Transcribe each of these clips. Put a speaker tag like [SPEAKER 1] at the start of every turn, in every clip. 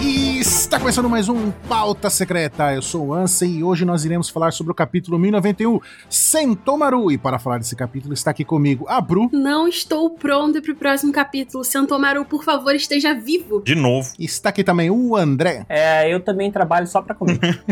[SPEAKER 1] E está começando mais um Pauta Secreta. Eu sou o Ansem e hoje nós iremos falar sobre o capítulo 1091, Sentomaru. um, E para falar desse capítulo está aqui comigo a Bru
[SPEAKER 2] Não estou pronto pro próximo capítulo. Santomaru, por favor, esteja vivo.
[SPEAKER 3] De novo.
[SPEAKER 1] e está aqui também o André.
[SPEAKER 4] É, eu também trabalho só pra comer.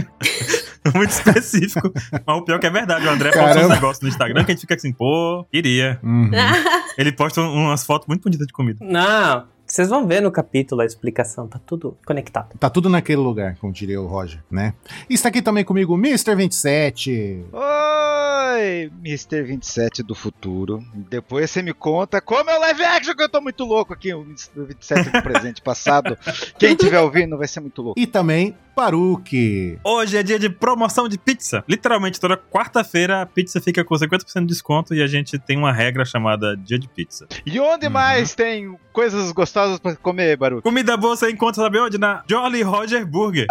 [SPEAKER 3] Muito específico. Mas o pior que é verdade. O André posta uns
[SPEAKER 1] Caramba.
[SPEAKER 3] negócios no Instagram que a gente fica assim, pô, queria.
[SPEAKER 1] Uhum.
[SPEAKER 2] Ah.
[SPEAKER 3] Ele posta um- umas fotos muito bonitas de comida.
[SPEAKER 4] Não, vocês vão ver no capítulo a explicação, tá tudo conectado.
[SPEAKER 1] Tá tudo naquele lugar, como diria o Roger, né? E está aqui também comigo o Mr. 27.
[SPEAKER 5] Oi, Mr. 27 do futuro. Depois você me conta como é o live action, que eu tô muito louco aqui. O Mr. 27 do presente e passado. Quem tiver ouvindo vai ser muito louco.
[SPEAKER 1] E também Paruque.
[SPEAKER 3] Hoje é dia de promoção de pizza. Literalmente, toda quarta-feira a pizza fica com 50% de desconto e a gente tem uma regra chamada dia de pizza.
[SPEAKER 5] E onde
[SPEAKER 3] Uhum.
[SPEAKER 5] mais tem coisas gostosas pra comer, Baruch?
[SPEAKER 3] Comida boa você encontra, sabe onde? Na Jolly Roger Burger.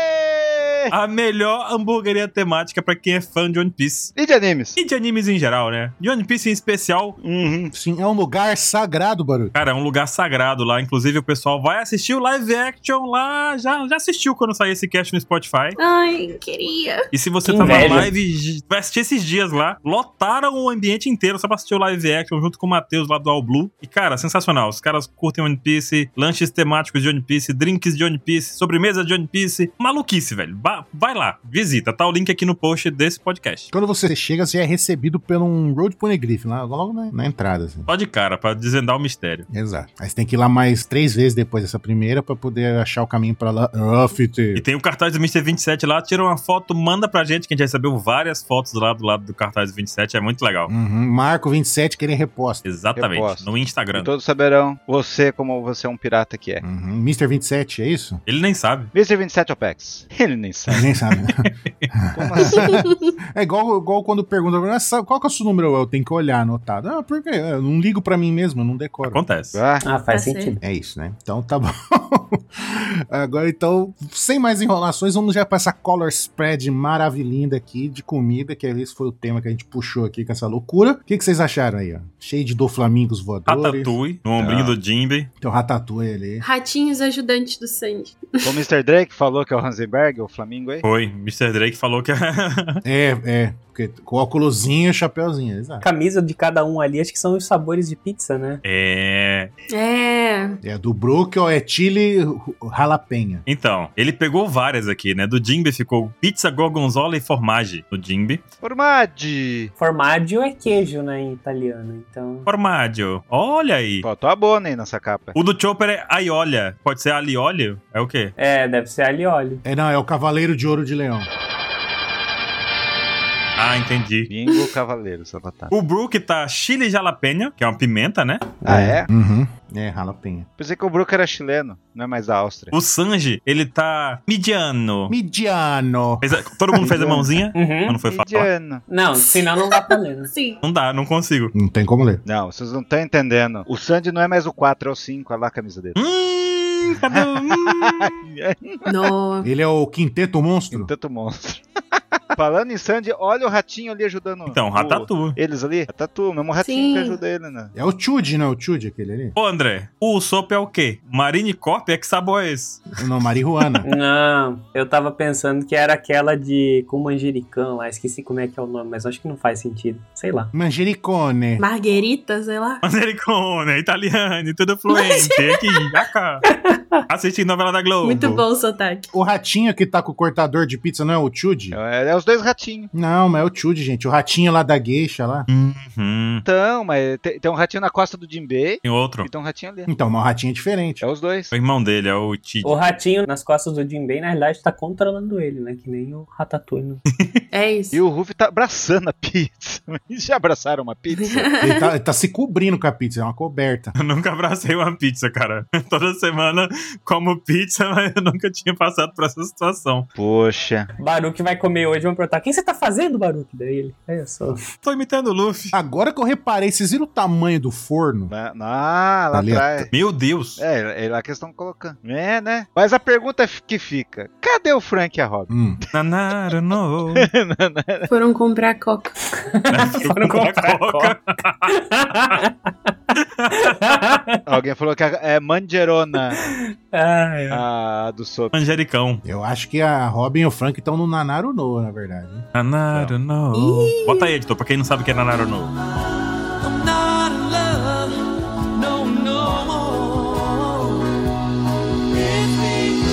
[SPEAKER 5] Aê!
[SPEAKER 3] A melhor hamburgueria temática pra quem é fã de One Piece.
[SPEAKER 5] E de animes?
[SPEAKER 3] E de animes em geral, né? De One Piece em especial,
[SPEAKER 5] Uhum.
[SPEAKER 1] Sim, é um lugar sagrado, Baruque.
[SPEAKER 3] Cara, é um lugar sagrado lá. Inclusive, o pessoal vai assistir o live action lá. Já, já assistiu quando sair esse cast no Spotify.
[SPEAKER 2] Ai, queria.
[SPEAKER 3] E se você
[SPEAKER 4] Que
[SPEAKER 3] tá na
[SPEAKER 4] inveja.
[SPEAKER 3] live, j- vai assistir esses dias lá. Lotaram o ambiente inteiro só pra assistir o live action junto com o Matheus lá do All Blue. E, cara, sensacional. Os caras curtem One Piece, lanches temáticos de One Piece, drinks de One Piece, sobremesa de One Piece. Maluquice, velho. Ba- vai lá, visita. Tá o link aqui no post desse podcast.
[SPEAKER 1] Quando você chega, você é recebido por um Road Poneglyph, lá, logo na, na entrada, assim.
[SPEAKER 3] Só de cara, pra desvendar o mistério.
[SPEAKER 1] Exato. Aí você tem que ir lá mais três vezes depois dessa primeira pra poder achar o caminho pra lá.
[SPEAKER 3] E
[SPEAKER 1] Ruffit.
[SPEAKER 3] tem o cartaz do Mr. 27 lá, tira uma foto, manda pra gente, que a gente recebeu várias fotos lá do lado do cartaz do 27, é muito legal.
[SPEAKER 1] Uhum. Marco 27 que ele reposta.
[SPEAKER 3] Exatamente,
[SPEAKER 5] Eu gosto.
[SPEAKER 3] no Instagram.
[SPEAKER 5] E todos saberão você como você é um pirata que é.
[SPEAKER 1] Uhum. Mr. 27, é isso?
[SPEAKER 3] Ele nem sabe.
[SPEAKER 5] Mr. 27 OPEX. Ele nem sabe.
[SPEAKER 1] Ninguém sabe. né?
[SPEAKER 5] Como assim?
[SPEAKER 1] é igual, igual quando pergunta "Ah, sabe qual que é o seu número? Eu tenho que olhar anotado. Ah, por quê? Eu não ligo pra mim mesmo, eu não decoro.
[SPEAKER 3] Acontece.
[SPEAKER 5] Ah,
[SPEAKER 4] Ah, faz
[SPEAKER 2] Tá
[SPEAKER 4] sentido.
[SPEAKER 1] É isso, né? Então tá bom. Agora então, sem mais enrolações, vamos já pra essa color spread maravilhinda aqui de comida, que esse foi o tema que a gente puxou aqui com essa loucura. O que, que vocês acharam aí, ó? Cheio de doflamingos voadores.
[SPEAKER 3] Ratatouille, no ombrinho do Jimbe.
[SPEAKER 1] Tem o Ratatouille é ali.
[SPEAKER 2] Ratinhos ajudantes do Sandy.
[SPEAKER 5] o Mr. Drake falou que é o Hansenberg, o Flamingo aí.
[SPEAKER 3] Foi, Mr. Drake falou que...
[SPEAKER 1] É, é. Porque, com óculosinho e chapéuzinho, exato.
[SPEAKER 4] Camisa de cada um ali, acho que são os sabores de pizza, né?
[SPEAKER 3] é...
[SPEAKER 2] É.
[SPEAKER 1] É, do Brook, ó, é Chile Ralapenha.
[SPEAKER 3] Então, ele pegou várias aqui, né? Do Jimbe ficou pizza, gorgonzola e formagem no Jimbe.
[SPEAKER 5] Formade!
[SPEAKER 4] Formaggio é queijo, né, em italiano, então...
[SPEAKER 3] Formaggio, olha aí.
[SPEAKER 5] Faltou a Bona aí nessa capa.
[SPEAKER 3] O do Chopper é aiolha. Pode ser aliolio? É o quê?
[SPEAKER 4] É, deve ser ali óleo.
[SPEAKER 1] É, não, é o Cavaleiro de Ouro de Leão.
[SPEAKER 3] Ah, entendi.
[SPEAKER 5] Bingo Cavaleiro, essa batata.
[SPEAKER 3] O Brook tá chile jalapeño, que é uma pimenta, né?
[SPEAKER 5] Ah, é?
[SPEAKER 1] Uhum. É, Ralapenha.
[SPEAKER 5] Pensei que o Brook era chileno, não é mais da Áustria.
[SPEAKER 3] O Sanji, ele tá mediano.
[SPEAKER 1] Midiano.
[SPEAKER 3] Fez a- todo mundo fez a mãozinha? Mas
[SPEAKER 4] Uhum.
[SPEAKER 3] Não foi falar.
[SPEAKER 5] Indiano.
[SPEAKER 4] Não, senão não dá pra ler, né?
[SPEAKER 2] Sim.
[SPEAKER 3] Não dá, não consigo.
[SPEAKER 1] Não tem como ler.
[SPEAKER 5] Não, vocês não estão entendendo. O Sandy não é mais o 4, é o 5, olha lá a camisa dele.
[SPEAKER 3] Hum, cadê o. Hum?
[SPEAKER 2] No.
[SPEAKER 1] Ele é o Quinteto Monstro?
[SPEAKER 5] Tanto monstro. Falando em Sandy, olha o ratinho ali ajudando.
[SPEAKER 3] Então,
[SPEAKER 5] o-
[SPEAKER 3] Ratatouille.
[SPEAKER 5] Eles ali? Ratatu, mesmo ratinho
[SPEAKER 2] Sim.
[SPEAKER 5] que ajuda ele, né?
[SPEAKER 1] É o Chude, não é o Chude aquele ali?
[SPEAKER 3] Ô, André, o Sop é o quê? Marine Corp é que sabor é esse?
[SPEAKER 1] Não, Marihuana.
[SPEAKER 4] Não, eu tava pensando que era aquela de com manjericão lá, esqueci como é que é o nome, mas acho que não faz sentido. Sei lá.
[SPEAKER 1] Manjericone.
[SPEAKER 2] Marguerita, sei lá.
[SPEAKER 3] Manjericone, é italiano, tudo fluente. Aqui, acá. Assistindo novela da Globo.
[SPEAKER 2] Muito bom o sotaque.
[SPEAKER 1] O ratinho que tá com o cortador de pizza não é o Chude?
[SPEAKER 5] É, é os dois ratinhos.
[SPEAKER 1] Não, mas é o Chude, gente. O ratinho lá da Geisha lá.
[SPEAKER 3] Uhum.
[SPEAKER 5] Então, mas tem, tem um ratinho na costa do Jimbei
[SPEAKER 3] Tem outro.
[SPEAKER 5] e tem um ratinho
[SPEAKER 3] Hum.
[SPEAKER 5] ali.
[SPEAKER 1] Então, mas o ratinho é diferente.
[SPEAKER 5] É os dois.
[SPEAKER 3] O irmão dele é o Titi.
[SPEAKER 4] O ratinho nas costas do Jinbei, na realidade, tá controlando ele, né? Que nem o Ratatouille. né?
[SPEAKER 2] É isso.
[SPEAKER 5] E o Ruffy tá abraçando a pizza. Eles já abraçaram uma pizza?
[SPEAKER 1] Ele tá, ele tá se cobrindo com a pizza, é uma coberta.
[SPEAKER 3] Eu nunca abracei uma pizza, cara. Toda semana como pizza, mas eu nunca tinha passado por essa situação.
[SPEAKER 5] Poxa.
[SPEAKER 4] Baruque vai comer hoje, vão perguntar: quem você tá fazendo, Baruque? Daí ele, é eu sou.
[SPEAKER 3] Tô imitando o Luffy.
[SPEAKER 1] Agora que eu reparei, vocês viram o tamanho do forno?
[SPEAKER 5] Na- na- lá
[SPEAKER 1] Ali, ó.
[SPEAKER 5] atrás.
[SPEAKER 3] Meu Deus.
[SPEAKER 5] É, é lá que eles estão colocando. É, né? Mas a pergunta que fica: Cadê o Frank e a Robin?
[SPEAKER 1] Hum.
[SPEAKER 3] Nanara, no.
[SPEAKER 2] Foram comprar coca.
[SPEAKER 4] Foram comprar
[SPEAKER 3] Coca.
[SPEAKER 5] Alguém falou que a- é Mangerona,
[SPEAKER 4] Ai, ai.
[SPEAKER 5] a do Sop.
[SPEAKER 3] Manjericão.
[SPEAKER 1] Eu acho que a Robin e o Frank estão no Nanaru no, na verdade. né?
[SPEAKER 3] Nanara, no. Bota aí, editor, pra quem não sabe o que é Nanara, no.
[SPEAKER 6] I'm not in love, no, no more. It's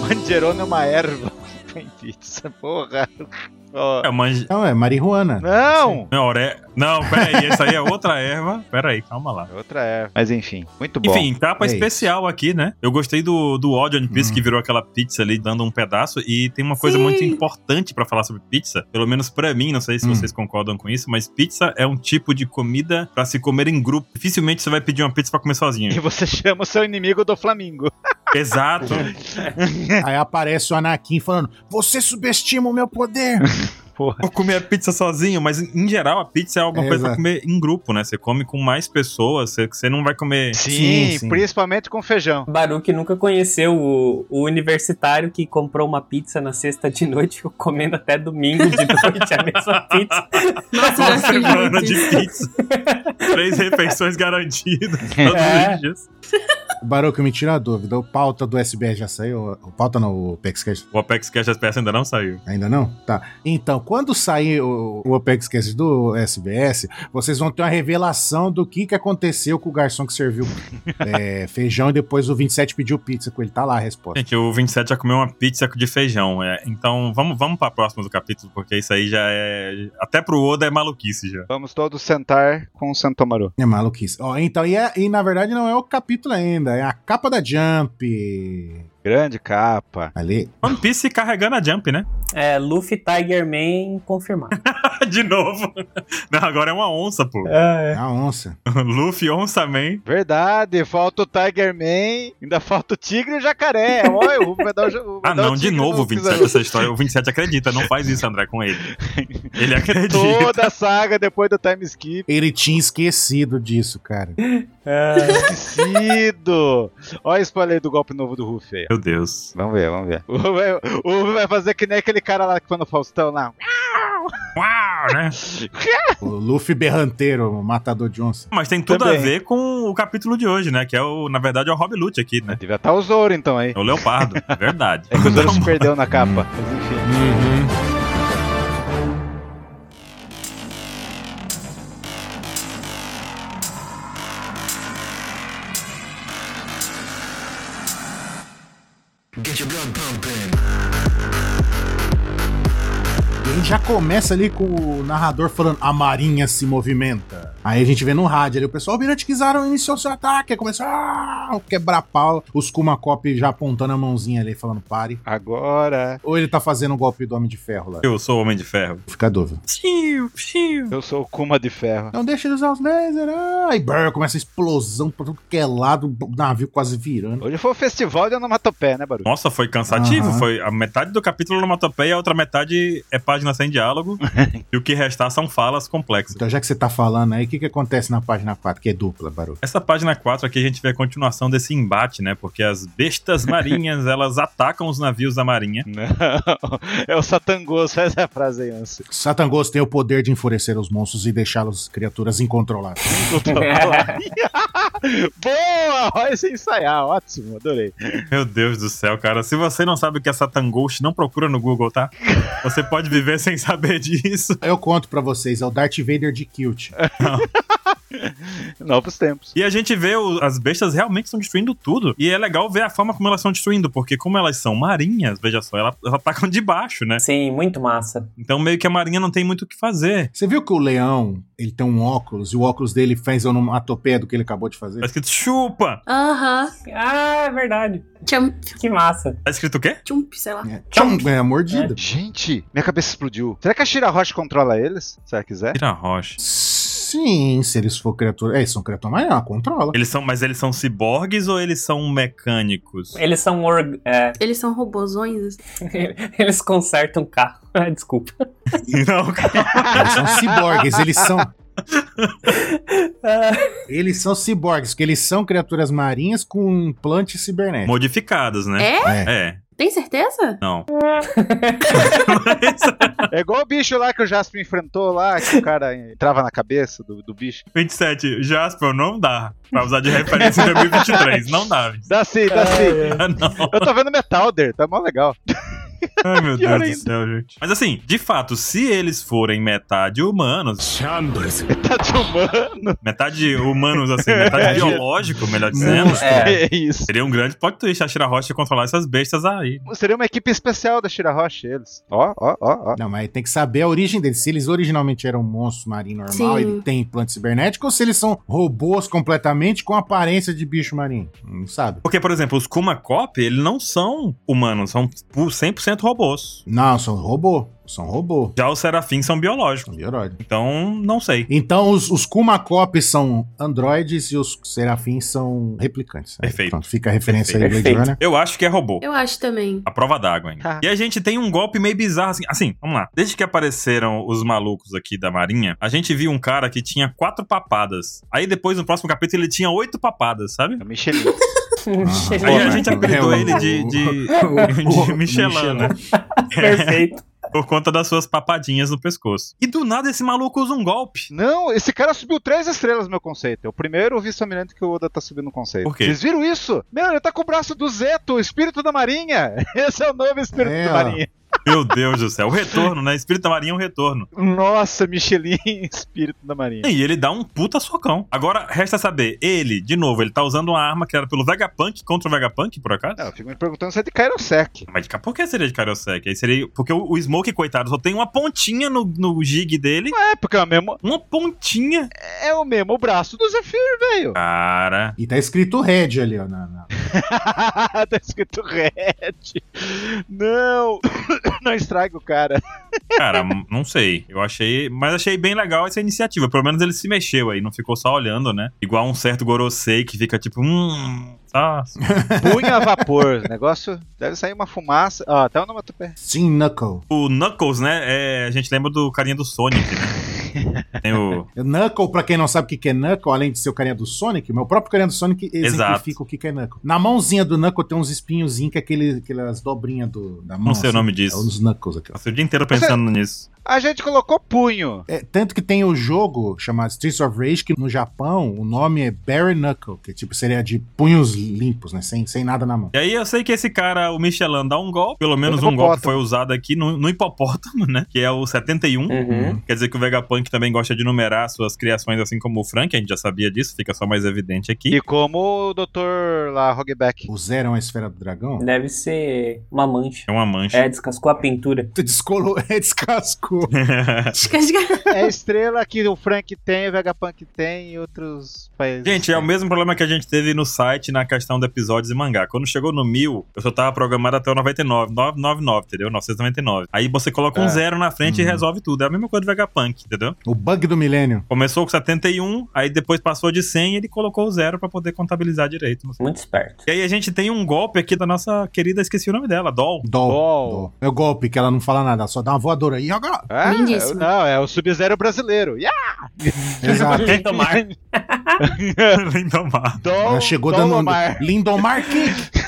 [SPEAKER 5] Mangerona é uma erva que tem pizza, porra. Ó.
[SPEAKER 3] É manje...
[SPEAKER 1] Então é marihuana.
[SPEAKER 5] Não!
[SPEAKER 3] Não, é... não, peraí, essa aí é outra erva. Peraí, calma lá.
[SPEAKER 5] É Outra erva. Mas enfim, muito bom.
[SPEAKER 3] Enfim, capa
[SPEAKER 1] é
[SPEAKER 3] especial aqui, né? Eu gostei do, do ódio One Piece
[SPEAKER 1] Hum.
[SPEAKER 3] que virou aquela pizza ali, dando um pedaço. E tem uma coisa
[SPEAKER 2] Sim.
[SPEAKER 3] muito importante pra falar sobre pizza. Pelo menos pra mim, não sei se
[SPEAKER 1] Hum.
[SPEAKER 3] vocês concordam com isso, mas pizza é um tipo de comida pra se comer em grupo. Dificilmente você vai pedir uma pizza pra comer
[SPEAKER 5] E
[SPEAKER 3] sozinho.
[SPEAKER 5] você chama o seu inimigo do Flamingo.
[SPEAKER 3] Exato.
[SPEAKER 1] Aí aparece o Anakin falando: Você subestima o meu poder!
[SPEAKER 3] Vou comer a pizza sozinho, mas em geral a pizza é alguma
[SPEAKER 1] É,
[SPEAKER 3] coisa pra
[SPEAKER 1] exato.
[SPEAKER 3] comer em grupo, né? Você come com mais pessoas, você, você não vai comer.
[SPEAKER 5] Sim,
[SPEAKER 1] sim.
[SPEAKER 5] principalmente com feijão.
[SPEAKER 4] Baruque nunca conheceu o, o universitário que comprou uma pizza na sexta de noite e ficou comendo até domingo de noite a mesma pizza.
[SPEAKER 2] Nossa,
[SPEAKER 3] Uma
[SPEAKER 2] já fiz
[SPEAKER 3] semana
[SPEAKER 2] muito
[SPEAKER 3] de
[SPEAKER 2] isso.
[SPEAKER 3] pizza. Três refeições garantidas todos
[SPEAKER 4] É.
[SPEAKER 3] os dias.
[SPEAKER 1] O Baroque me tira a dúvida. O pauta do SBR já saiu? O pauta não, o PexCast
[SPEAKER 3] O Apex Cash SPS ainda não saiu.
[SPEAKER 1] ainda não? Tá. Então, quando sair o, o PexCast do SBS, vocês vão ter uma revelação do que, que aconteceu com o garçom que serviu é, feijão e depois o 27 pediu pizza com ele. Tá lá a resposta.
[SPEAKER 3] Gente, o 27 já comeu uma pizza de feijão. é. Então vamos, vamos pra próxima do capítulo, porque isso aí já é. Até pro Oda é maluquice já.
[SPEAKER 5] Vamos todos sentar com o Santomaru.
[SPEAKER 1] É maluquice. Ó, então, e, é- e na verdade não é o capítulo ainda, é a capa da Jump.
[SPEAKER 5] Grande capa.
[SPEAKER 1] Ali,
[SPEAKER 3] One Piece carregando a Jump, né?
[SPEAKER 4] É, Luffy Tiger Man confirmado.
[SPEAKER 3] De novo. Não, agora é uma onça, pô.
[SPEAKER 1] é a onça.
[SPEAKER 3] Luffy, onça man.
[SPEAKER 5] Verdade, falta o Tiger Man, ainda falta o tigre e o jacaré. Olha, o vai dar o, ja- o- vai
[SPEAKER 3] Ah,
[SPEAKER 5] dar o
[SPEAKER 3] não, de
[SPEAKER 5] tigre
[SPEAKER 3] novo o
[SPEAKER 5] no-
[SPEAKER 3] 27 essa história. O 27 acredita, não faz isso, André, com ele. Ele acredita.
[SPEAKER 5] Toda a saga depois do time skip.
[SPEAKER 1] Ele tinha esquecido disso, cara.
[SPEAKER 5] é Esquecido! Olha o spoiler do golpe novo do Ruff aí. ó.
[SPEAKER 3] Meu Deus.
[SPEAKER 5] Vamos ver, vamos ver. O Ruff vai fazer que nem aquele cara lá que foi no Faustão lá.
[SPEAKER 3] Uau, né?
[SPEAKER 1] O Luffy Berranteiro, o matador de onça.
[SPEAKER 3] Mas tem tudo
[SPEAKER 5] Também.
[SPEAKER 3] a ver com o capítulo de hoje, né? Que é o, na verdade, é o Rob Lute aqui, né?
[SPEAKER 5] Devia estar o Zoro então aí.
[SPEAKER 3] É o Leopardo, verdade.
[SPEAKER 5] É que o Zoro
[SPEAKER 3] Então,
[SPEAKER 5] se perdeu na capa. Mas enfim.
[SPEAKER 1] E a gente já começa ali com o narrador falando: a marinha se movimenta. Aí a gente vê no rádio ali o pessoal, o Mirante Kizaru iniciou seu ataque. Aí começa a quebrar pau. Os Kumakop já apontando a mãozinha ali, falando: pare.
[SPEAKER 5] Agora
[SPEAKER 1] Ou ele tá fazendo o golpe do Homem de Ferro lá?
[SPEAKER 3] Eu sou o Homem de Ferro.
[SPEAKER 1] Fica a dúvida.
[SPEAKER 5] eu sou o Kuma de Ferro.
[SPEAKER 1] Não deixa ele usar os laser. ah. Aí brrr, começa a explosão pra tudo que é lado, o navio quase virando.
[SPEAKER 5] Hoje foi o festival de onomatopeia, né, Baru?
[SPEAKER 3] Nossa, foi cansativo.
[SPEAKER 1] Aham.
[SPEAKER 3] Foi a metade do capítulo onomatopeia, a outra metade é página sem diálogo. e o que restar são falas complexas.
[SPEAKER 1] Então, já que você tá falando aí, o que, que acontece na página 4, que é dupla, Baru?
[SPEAKER 3] Essa página 4 aqui a gente vê a continuação desse embate, né? Porque as bestas marinhas, elas atacam os navios da marinha.
[SPEAKER 5] Não, é o Satangos, essa é a frase aí, Anso.
[SPEAKER 1] Satangos tem o poder de enfurecer os monstros e deixá-los criaturas incontroláveis.
[SPEAKER 5] Boa! Olha sem ensaiar, ótimo, adorei.
[SPEAKER 3] Meu Deus do céu, cara. Se você não sabe o que é Satanghost, não procura no Google, tá? Você pode viver sem saber disso.
[SPEAKER 1] Eu conto pra vocês, é o Darth Vader de Kilt.
[SPEAKER 5] Novos tempos.
[SPEAKER 3] E a gente vê o- as bestas realmente estão destruindo tudo. E é legal ver a forma como elas estão destruindo, porque como elas são marinhas, veja só, elas, elas atacam de baixo, né?
[SPEAKER 4] Sim, Assim, muito massa.
[SPEAKER 3] Então meio que a marinha não tem muito o que fazer.
[SPEAKER 1] Você viu que o leão, ele tem um óculos, e o óculos dele fez onomatopeia do que ele acabou de fazer?
[SPEAKER 3] Tá escrito chupa.
[SPEAKER 2] Aham.
[SPEAKER 4] Ah, é verdade.
[SPEAKER 2] Tinha,
[SPEAKER 4] Que massa.
[SPEAKER 3] Tá escrito o quê?
[SPEAKER 2] tinha um, sei lá.
[SPEAKER 1] É, tchum, é a mordida.
[SPEAKER 5] Gente, minha cabeça explodiu. Será que a Shira Roche controla eles? Se ela quiser.
[SPEAKER 3] Tira rocha.
[SPEAKER 1] Sim, se eles for criatura... É, eles são criatura, mas não, controla.
[SPEAKER 3] Eles são, mas eles são ciborgues ou eles são mecânicos?
[SPEAKER 4] Eles são org... é,
[SPEAKER 2] Eles são robozões. assim.
[SPEAKER 4] eles consertam carro. Ah, Desculpa.
[SPEAKER 3] Não, cara.
[SPEAKER 1] Eles são ciborgues, eles são...
[SPEAKER 4] Ah,
[SPEAKER 1] Eles são ciborgues, que eles são criaturas marinhas com um implantes cibernéticos.
[SPEAKER 3] Modificadas, né?
[SPEAKER 2] É?
[SPEAKER 3] É.
[SPEAKER 2] Tem certeza?
[SPEAKER 3] não.
[SPEAKER 5] É igual o bicho lá que o Jasper enfrentou lá, que o cara entrava na cabeça do, do bicho.
[SPEAKER 3] 27, Jasper, não dá pra usar de referência em 2023. Não dá, Vinícius.
[SPEAKER 5] Dá sim, dá sim.
[SPEAKER 3] Ah, não.
[SPEAKER 5] Eu tô vendo Metalder, tá mó legal.
[SPEAKER 3] Ai, meu Deus
[SPEAKER 5] Pior
[SPEAKER 3] do
[SPEAKER 5] ainda.
[SPEAKER 3] céu, gente. Mas assim, de fato, se eles forem metade humanos,
[SPEAKER 5] Tá de humano.
[SPEAKER 3] metade humanos, assim, metade biológico, melhor dizendo,
[SPEAKER 4] É.
[SPEAKER 5] É isso.
[SPEAKER 3] seria um grande plot twist a Shira Rocha controlar essas bestas aí.
[SPEAKER 5] Seria uma equipe especial da Shira Roche, eles. Ó, ó, ó, ó.
[SPEAKER 1] Não, mas tem que saber a origem deles. Se eles originalmente eram monstros marinhos normal
[SPEAKER 2] Sim.
[SPEAKER 1] e tem implante cibernético, ou se eles são robôs completamente com aparência de bicho marinho. Não sabe.
[SPEAKER 3] Porque, por exemplo, os Kuma Cop, eles não são humanos, são pu- 100% robôs.
[SPEAKER 1] Não, são robô. São robô.
[SPEAKER 3] Já os serafins são biológicos.
[SPEAKER 1] São biológicos.
[SPEAKER 3] Então, não sei.
[SPEAKER 1] Então, os, os Kumakop são androides e os serafins são replicantes. Aí,
[SPEAKER 3] Perfeito.
[SPEAKER 1] pronto, fica a referência aí,
[SPEAKER 4] Perfeito.
[SPEAKER 1] Blade Runner.
[SPEAKER 3] Eu acho que é robô.
[SPEAKER 2] Eu acho também.
[SPEAKER 3] A prova d'água ainda.
[SPEAKER 5] Tá.
[SPEAKER 3] E a gente tem um golpe meio bizarro assim. Assim, vamos lá. Desde que apareceram os malucos aqui da Marinha, a gente viu um cara que tinha quatro papadas. Aí depois, no próximo capítulo, ele tinha oito papadas, sabe?
[SPEAKER 5] É o Michelin.
[SPEAKER 1] Aham.
[SPEAKER 3] Aí
[SPEAKER 1] Pô,
[SPEAKER 3] a gente
[SPEAKER 1] mas-
[SPEAKER 3] apelidou
[SPEAKER 1] é, o-
[SPEAKER 3] ele de, de,
[SPEAKER 1] o-
[SPEAKER 3] de Michelin, né?
[SPEAKER 4] Perfeito.
[SPEAKER 3] Por conta das suas papadinhas no pescoço. E do nada esse maluco usa um golpe.
[SPEAKER 5] Não, esse cara subiu três estrelas, meu conceito. É o primeiro vice-almirante que o Oda tá subindo o conceito.
[SPEAKER 3] Por quê?
[SPEAKER 5] Vocês viram isso? Meu, ele tá com o braço do Zeto, o espírito da marinha. Esse é o novo espírito
[SPEAKER 1] É,
[SPEAKER 5] da
[SPEAKER 1] ó.
[SPEAKER 5] marinha.
[SPEAKER 3] Meu Deus do céu. O retorno, né? Espírito da Marinha é um retorno.
[SPEAKER 5] Nossa, Michelin, espírito da marinha.
[SPEAKER 3] E ele dá um puta socão. Agora, resta saber, ele, de novo, ele tá usando uma arma que era pelo Vegapunk contra o Vegapunk, por acaso?
[SPEAKER 5] Não, eu fico me perguntando se é de Kairosek.
[SPEAKER 3] Mas de cá, por que seria de Kairosek? Aí seria. Porque o, o Smoke, coitado, só tem uma pontinha no, no gig dele.
[SPEAKER 5] É, porque é o mesmo,
[SPEAKER 3] Uma pontinha.
[SPEAKER 5] é o mesmo braço do Zephyr, velho.
[SPEAKER 3] Cara.
[SPEAKER 1] E tá escrito Red ali, ó. na- na-
[SPEAKER 5] tá escrito Red. Não, não estraga o cara.
[SPEAKER 3] Cara, m- não sei. Eu achei. Mas achei bem legal essa iniciativa. Pelo menos ele se mexeu aí, não ficou só olhando, né? Igual um certo Gorosei que fica tipo. Hum. Tá.
[SPEAKER 5] Punha a vapor, o negócio deve sair uma fumaça. Ó, até o nome do pé.
[SPEAKER 1] Sim, Knuckle.
[SPEAKER 3] O Knuckles, né? é, a gente lembra do carinha do Sonic, né? Tem o.
[SPEAKER 1] Knuckle, pra quem não sabe o que que é Knuckle, além de ser o carinha do Sonic, meu próprio carinha do Sonic exemplifica
[SPEAKER 3] Exato.
[SPEAKER 1] o que que é Knuckle. Na mãozinha do Knuckle tem uns espinhozinhos, que é aquele, aquelas dobrinhas do, da mão.
[SPEAKER 3] Não sei o nome
[SPEAKER 1] É
[SPEAKER 3] disso.
[SPEAKER 1] uns Knuckles aqui. ó.
[SPEAKER 3] Passei o dia inteiro pensando nisso.
[SPEAKER 5] A gente colocou punho.
[SPEAKER 1] É, tanto que tem o jogo chamado Streets of Rage, que no Japão o nome é Bare Knuckle, que tipo seria de punhos limpos, né? Sem, sem nada na mão.
[SPEAKER 3] E aí eu sei que esse cara, o Michelin, dá um golpe. Pelo menos um
[SPEAKER 5] hipopótamo.
[SPEAKER 3] golpe foi usado aqui no, no hipopótamo, né? Que é o 71.
[SPEAKER 4] Uhum.
[SPEAKER 3] Quer dizer que o Vegapunk também gosta de numerar suas criações, assim como o Frank, a gente já sabia disso, fica só mais evidente aqui.
[SPEAKER 5] E como o Dr. lá, Hogback.
[SPEAKER 1] O Zero é uma esfera do dragão?
[SPEAKER 4] Deve ser uma mancha.
[SPEAKER 3] É uma mancha.
[SPEAKER 4] É, descascou a pintura.
[SPEAKER 1] Tu descolou, é, descascou.
[SPEAKER 2] É. Descarregar.
[SPEAKER 5] É a estrela que o Frank tem, o Vegapunk tem e outros países.
[SPEAKER 3] Gente, é o mesmo problema que a gente teve no site na questão de episódios e mangá. Quando chegou no 1000, eu só tava programado até o 99, 999, entendeu? 999. Aí você coloca um
[SPEAKER 5] É.
[SPEAKER 3] zero na frente e
[SPEAKER 1] Uhum.
[SPEAKER 3] resolve tudo. É a mesma coisa do Vegapunk, entendeu?
[SPEAKER 1] O bug do milênio.
[SPEAKER 3] Começou com 71, aí depois passou de 100 e ele colocou o zero pra poder contabilizar direito.
[SPEAKER 4] Muito esperto.
[SPEAKER 3] E aí a gente tem um golpe aqui da nossa querida, esqueci o nome dela, Doll.
[SPEAKER 1] Dó.
[SPEAKER 5] Dó.
[SPEAKER 1] dó. É o golpe que ela não fala nada, ela só dá uma voadora. E agora?
[SPEAKER 5] Ah,
[SPEAKER 2] Lindíssimo.
[SPEAKER 5] Não, é o Sub-Zero brasileiro. Yeah!
[SPEAKER 1] Exato.
[SPEAKER 4] Lindomar.
[SPEAKER 3] Lindomar.
[SPEAKER 1] Ela
[SPEAKER 5] Dol,
[SPEAKER 1] chegou dando um
[SPEAKER 5] Então, Dolomar.
[SPEAKER 1] Lindomar Kick.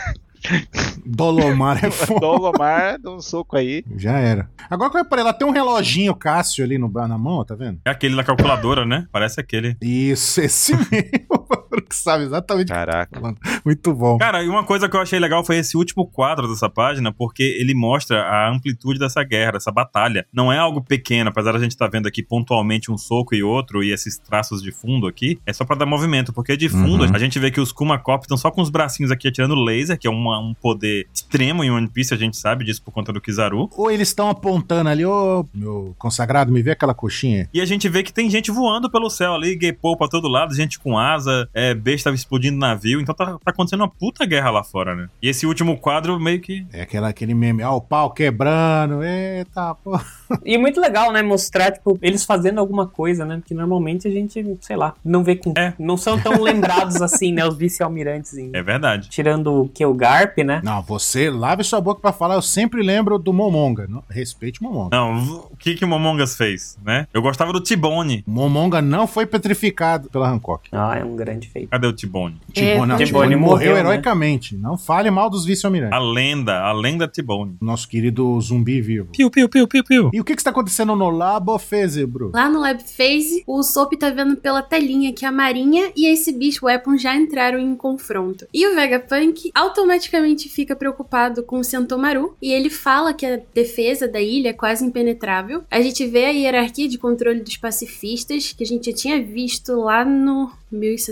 [SPEAKER 1] Dolomar é foda.
[SPEAKER 5] Dolomar, dá um soco aí.
[SPEAKER 1] Já era. Agora que eu reparei, ela tem um reloginho Cássio ali no, bra- na mão, ó, tá vendo?
[SPEAKER 3] É aquele da calculadora, né? Parece aquele.
[SPEAKER 1] Isso, esse mesmo. que sabe exatamente.
[SPEAKER 5] Caraca.
[SPEAKER 1] Muito bom.
[SPEAKER 3] Cara, e uma coisa que eu achei legal foi esse último quadro dessa página, porque ele mostra a amplitude dessa guerra, dessa batalha. Não é algo pequeno, apesar da gente estar vendo aqui pontualmente um soco e outro, e esses traços de fundo aqui, é só pra dar movimento, porque de fundo
[SPEAKER 1] Uhum.
[SPEAKER 3] a gente vê que os Kuma Cop estão só com os bracinhos aqui atirando laser, que é uma- um poder extremo em One Piece, a gente sabe disso por conta do Kizaru.
[SPEAKER 1] Ou eles estão apontando ali, ô meu consagrado, me vê aquela coxinha.
[SPEAKER 3] E a gente vê que tem gente voando pelo céu ali, Gepou pra todo lado, gente com asa, é, besta tava explodindo navio, então tá, tá acontecendo uma puta guerra lá fora, né? E esse último quadro meio que.
[SPEAKER 1] É aquela, aquele meme, ó, o pau quebrando, eita, pô.
[SPEAKER 4] E muito legal, né? Mostrar, tipo, eles fazendo alguma coisa, né? Porque normalmente a gente, sei lá, não vê com.
[SPEAKER 3] É.
[SPEAKER 4] Não são tão lembrados assim, né? Os vice-almirantes. em-
[SPEAKER 3] É verdade.
[SPEAKER 4] Tirando o que? O Garp, né?
[SPEAKER 1] Não, você lave sua boca pra falar, eu sempre lembro do Momonga. Não, respeite o Momonga.
[SPEAKER 3] Não, v- o que que o Momongas fez, né? Eu gostava do Tibone.
[SPEAKER 1] O Momonga não foi petrificado pela Hancock.
[SPEAKER 4] Ah, é um grande feito.
[SPEAKER 3] Cadê o Tibone?
[SPEAKER 1] Tibone, não,
[SPEAKER 4] É, Tibone
[SPEAKER 1] Tibone morreu,
[SPEAKER 4] morreu, né?
[SPEAKER 1] heroicamente. Não fale mal dos vice-almirantes.
[SPEAKER 3] A lenda, a lenda Tibone.
[SPEAKER 1] Nosso querido zumbi vivo.
[SPEAKER 3] Piu, piu, piu, piu, piu.
[SPEAKER 1] E o que, que está acontecendo no Labo Fezebro?
[SPEAKER 2] Lá no Lab Phase, o Sop tá vendo pela telinha que a Marinha e esse Beast Weapon já entraram em confronto. E o Vegapunk automaticamente fica preocupado com o Sentomaru e ele fala que a defesa da ilha é quase impenetrável. A gente vê a hierarquia de controle dos pacifistas, que a gente já tinha visto lá no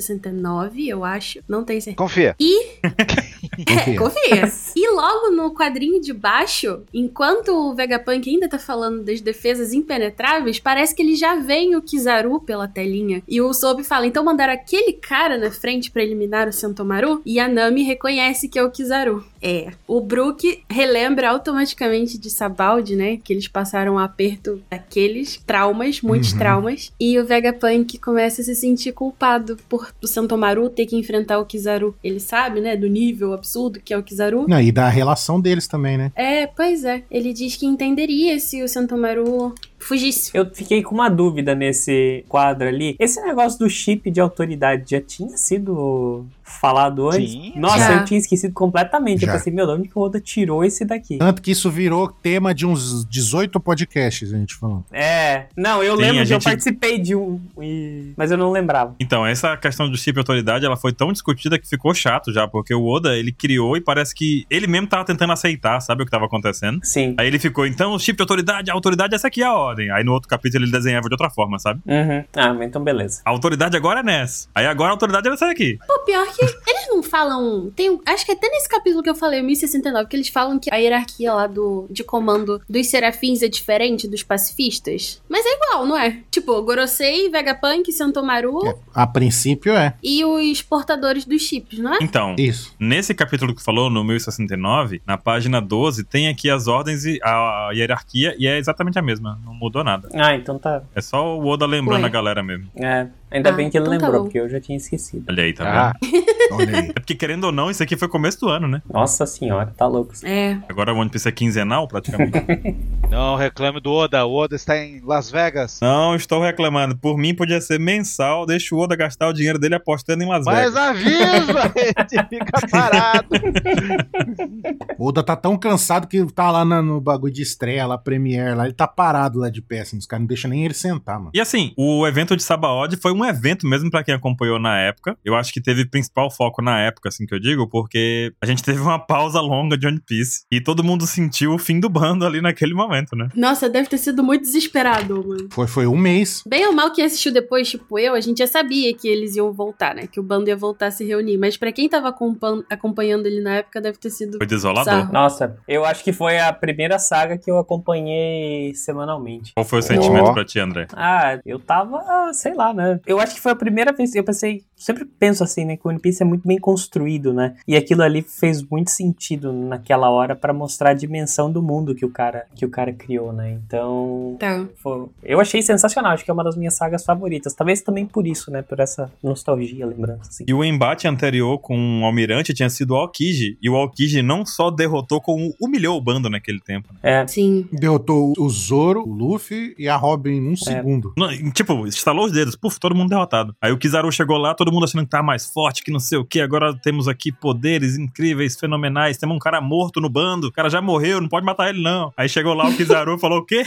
[SPEAKER 2] 1069, eu acho. Não tenho certeza.
[SPEAKER 5] Confia.
[SPEAKER 1] Confia.
[SPEAKER 2] Confia. E logo no quadrinho de baixo, enquanto o Vegapunk ainda tá falando das defesas impenetráveis, parece que ele já vem o Kizaru pela telinha. E o Sob fala, então mandaram aquele cara na frente pra eliminar o Sentomaru? E a Nami reconhece que é o Kizaru. É. O Brook relembra automaticamente de Sabaldi, né? Que eles passaram um aperto daqueles traumas, muitos
[SPEAKER 1] Uhum.
[SPEAKER 2] traumas. E o Vegapunk começa a se sentir culpado por o Santomaru ter que enfrentar o Kizaru. Ele sabe, né? Do nível absurdo que é o Kizaru.
[SPEAKER 1] Não, e da relação deles também, né?
[SPEAKER 2] É, pois é. Ele diz que entenderia se o Santomaru fugisse.
[SPEAKER 4] Eu fiquei com uma dúvida nesse quadro ali. Esse negócio do chip de autoridade já tinha sido falado antes?
[SPEAKER 5] Sim.
[SPEAKER 4] Nossa,
[SPEAKER 2] Já.
[SPEAKER 4] eu tinha esquecido completamente.
[SPEAKER 1] Já.
[SPEAKER 4] Eu pensei, meu, de onde que o Oda tirou esse daqui?
[SPEAKER 1] Tanto que isso virou tema de uns 18 podcasts, a gente falando.
[SPEAKER 4] É. Não, eu
[SPEAKER 3] Sim,
[SPEAKER 4] lembro
[SPEAKER 3] a
[SPEAKER 4] que eu
[SPEAKER 3] gente-
[SPEAKER 4] participei de um. e- Mas eu não lembrava.
[SPEAKER 3] Então, essa questão do chip e autoridade, ela foi tão discutida que ficou chato já, porque o Oda, ele criou e parece que ele mesmo tava tentando aceitar, sabe o que tava acontecendo?
[SPEAKER 4] Sim.
[SPEAKER 3] Aí ele ficou, então, o chip de autoridade, a autoridade é essa aqui é a ordem. Aí no outro capítulo ele desenhava de outra forma, sabe?
[SPEAKER 4] Uhum. Ah, mas então beleza.
[SPEAKER 3] A autoridade agora é nessa. Aí agora a autoridade é essa aqui.
[SPEAKER 2] Pô, pior que eles não falam. Tem, um, acho que até nesse capítulo que eu falei, 1069, que eles falam que a hierarquia lá do, de comando dos serafins é diferente dos pacifistas. Mas é igual, não é? Tipo, Gorosei, Vegapunk, Santomaru
[SPEAKER 4] Uh.
[SPEAKER 1] É, a princípio é.
[SPEAKER 2] e os portadores dos chips, não é?
[SPEAKER 3] Então,
[SPEAKER 1] Isso.
[SPEAKER 3] Nesse capítulo que tu falou, no 1069, na página 12, tem aqui as ordens e a hierarquia e é exatamente a mesma. Não mudou nada.
[SPEAKER 4] Ah, então tá.
[SPEAKER 3] É só o Oda lembrando
[SPEAKER 2] Ué.
[SPEAKER 3] a galera mesmo.
[SPEAKER 4] É. Ainda
[SPEAKER 2] Ah,
[SPEAKER 4] bem que ele
[SPEAKER 2] então tá
[SPEAKER 4] lembrou,
[SPEAKER 2] bom.
[SPEAKER 4] porque eu já tinha esquecido.
[SPEAKER 3] Olha aí, tá
[SPEAKER 5] Ah,
[SPEAKER 3] vendo?
[SPEAKER 1] Olha aí.
[SPEAKER 3] É porque, querendo ou não, isso aqui foi começo do ano, né?
[SPEAKER 4] Nossa senhora, tá louco.
[SPEAKER 2] É.
[SPEAKER 3] Agora o One Piece é quinzenal, praticamente.
[SPEAKER 5] não reclame do Oda. O Oda está em Las Vegas.
[SPEAKER 3] não estou reclamando. Por mim, podia ser mensal. Deixa o Oda gastar o dinheiro dele apostando em Las Vegas.
[SPEAKER 5] Mas avisa! Ele fica parado.
[SPEAKER 1] O Oda tá tão cansado que tá lá na- no bagulho de estreia, lá, Premiere, lá. Ele tá parado lá de pé, assim. Os caras não deixam nem ele sentar, mano.
[SPEAKER 3] E assim, o evento de Sabaody foi um evento mesmo pra quem acompanhou na época. Eu acho que teve principal foco na época, assim que eu digo, porque a gente teve uma pausa longa de One Piece e todo mundo sentiu o fim do bando ali naquele momento, né?
[SPEAKER 2] Nossa, deve ter sido muito desesperado, mano.
[SPEAKER 1] Foi, foi um mês.
[SPEAKER 2] Bem ou mal que assistiu depois, tipo eu, a gente já sabia que eles iam voltar, né? Que o bando ia voltar a se reunir. Mas pra quem tava acompan- acompanhando ele na época, deve ter sido.
[SPEAKER 3] Foi desolador.
[SPEAKER 2] Bizarro.
[SPEAKER 4] Nossa, eu acho que foi a primeira saga que eu acompanhei semanalmente.
[SPEAKER 3] Qual foi o sentimento
[SPEAKER 5] Ó.
[SPEAKER 3] pra ti, André?
[SPEAKER 4] Ah, eu tava, sei lá, né? Eu acho que foi a primeira vez. Eu pensei, sempre penso assim, né? Que o One Piece é muito bem construído, né? E aquilo ali fez muito sentido naquela hora pra mostrar a dimensão do mundo que o cara, que o cara criou, né? Então.
[SPEAKER 2] Tá.
[SPEAKER 4] foi- Eu achei sensacional, acho que é uma das minhas sagas favoritas. Talvez também por isso, né? Por essa nostalgia, lembrança, assim.
[SPEAKER 3] E o embate anterior com o Almirante tinha sido o Aokiji. E o Aokiji não só derrotou, como humilhou o bando naquele tempo. Né?
[SPEAKER 4] É,
[SPEAKER 2] Sim.
[SPEAKER 1] Derrotou o Zoro, o Luffy e a Robin em um
[SPEAKER 4] É.
[SPEAKER 1] segundo.
[SPEAKER 3] Não, e, Tipo, estalou os dedos, puf, todo mundo derrotado. Aí o Kizaru chegou lá, todo mundo achando que tá mais forte, que não sei o que. Agora temos aqui poderes incríveis, fenomenais. Temos um cara morto no bando, o cara já morreu, não pode matar ele não. Aí chegou lá o Kizaru e falou: O quê?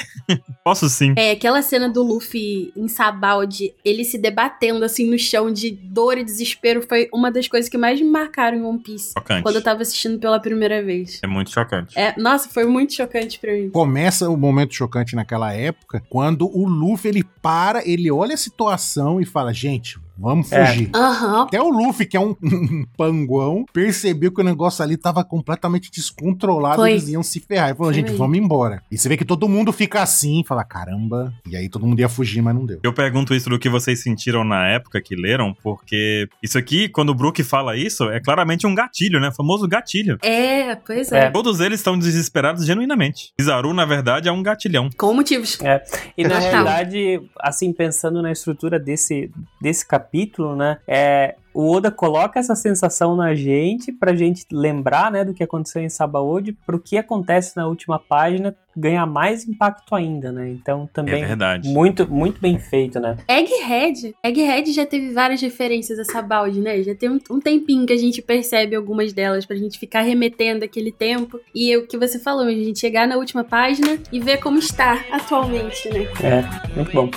[SPEAKER 3] Posso sim.
[SPEAKER 2] É, aquela cena do Luffy em Sabaldi, ele se debatendo assim no chão de dor e desespero, foi uma das coisas que mais me marcaram em One Piece.
[SPEAKER 3] Chocante.
[SPEAKER 2] Quando eu tava assistindo pela primeira vez.
[SPEAKER 3] É muito chocante.
[SPEAKER 2] É, nossa, foi muito chocante pra mim.
[SPEAKER 1] Começa o momento chocante naquela época, quando o Luffy ele para, ele olha a situação e fala: Gente, Vamos
[SPEAKER 4] É.
[SPEAKER 1] fugir.
[SPEAKER 2] Aham.
[SPEAKER 1] Até o Luffy, que é um, um panguão, percebeu que o negócio ali tava completamente descontrolado
[SPEAKER 2] Foi.
[SPEAKER 1] e eles iam se ferrar. Ele falou, gente,
[SPEAKER 2] Foi.
[SPEAKER 1] vamos embora. E você vê que todo mundo fica assim, fala, caramba. E aí todo mundo ia fugir, mas não deu.
[SPEAKER 3] Eu pergunto isso do que vocês sentiram na época que leram, porque isso aqui, quando o Brook fala isso, é claramente um gatilho, né? O famoso gatilho.
[SPEAKER 2] É, pois é.
[SPEAKER 4] É.
[SPEAKER 3] Todos eles estão desesperados genuinamente. Kizaru, na verdade, é um gatilhão.
[SPEAKER 2] Com motivos.
[SPEAKER 4] E na
[SPEAKER 3] É.
[SPEAKER 2] Total.
[SPEAKER 4] realidade, assim, pensando na estrutura desse, desse capítulo, né? É, o Oda coloca essa sensação na gente, pra gente lembrar, né, do que aconteceu em Sabaody, pro que acontece na última página ganhar mais impacto ainda, né? Então
[SPEAKER 3] É
[SPEAKER 4] também.
[SPEAKER 3] verdade.
[SPEAKER 4] muito, muito bem feito, né?
[SPEAKER 2] Egghead. Egghead já teve várias referências a essa balde, né? Já tem um, um tempinho que a gente percebe algumas delas pra gente ficar remetendo aquele tempo. E é o que você falou, a gente chegar na última página e ver como está atualmente, né?
[SPEAKER 4] É, muito bom.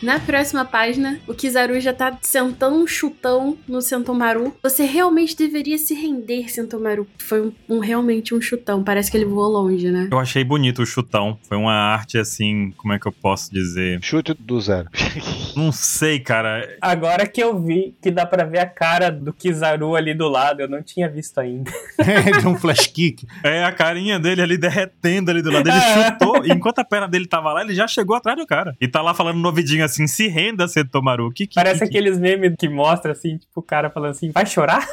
[SPEAKER 2] Na próxima página, o Kizaru já tá sentando um chutão no Sentomaru. Você realmente deveria se render, Sentomaru. Foi um, um- realmente um chutão. Parece que ele voou longe, né?
[SPEAKER 3] Eu achei bonito o chutão. Foi uma arte assim, como é que eu posso dizer?
[SPEAKER 5] Chute do zero.
[SPEAKER 3] Não sei, cara.
[SPEAKER 4] Agora que eu vi que dá pra ver a cara do Kizaru ali do lado, eu não tinha visto ainda.
[SPEAKER 1] É, deu um flash kick.
[SPEAKER 3] É a carinha dele ali derretendo ali do lado. Ele chutou. e enquanto a perna dele tava lá, ele já chegou atrás do cara. E tá lá falando no ouvidinho assim: se renda, Setomaru. Que que
[SPEAKER 4] Parece
[SPEAKER 3] que,
[SPEAKER 4] aqueles memes que mostra assim, tipo, o cara falando assim, vai chorar?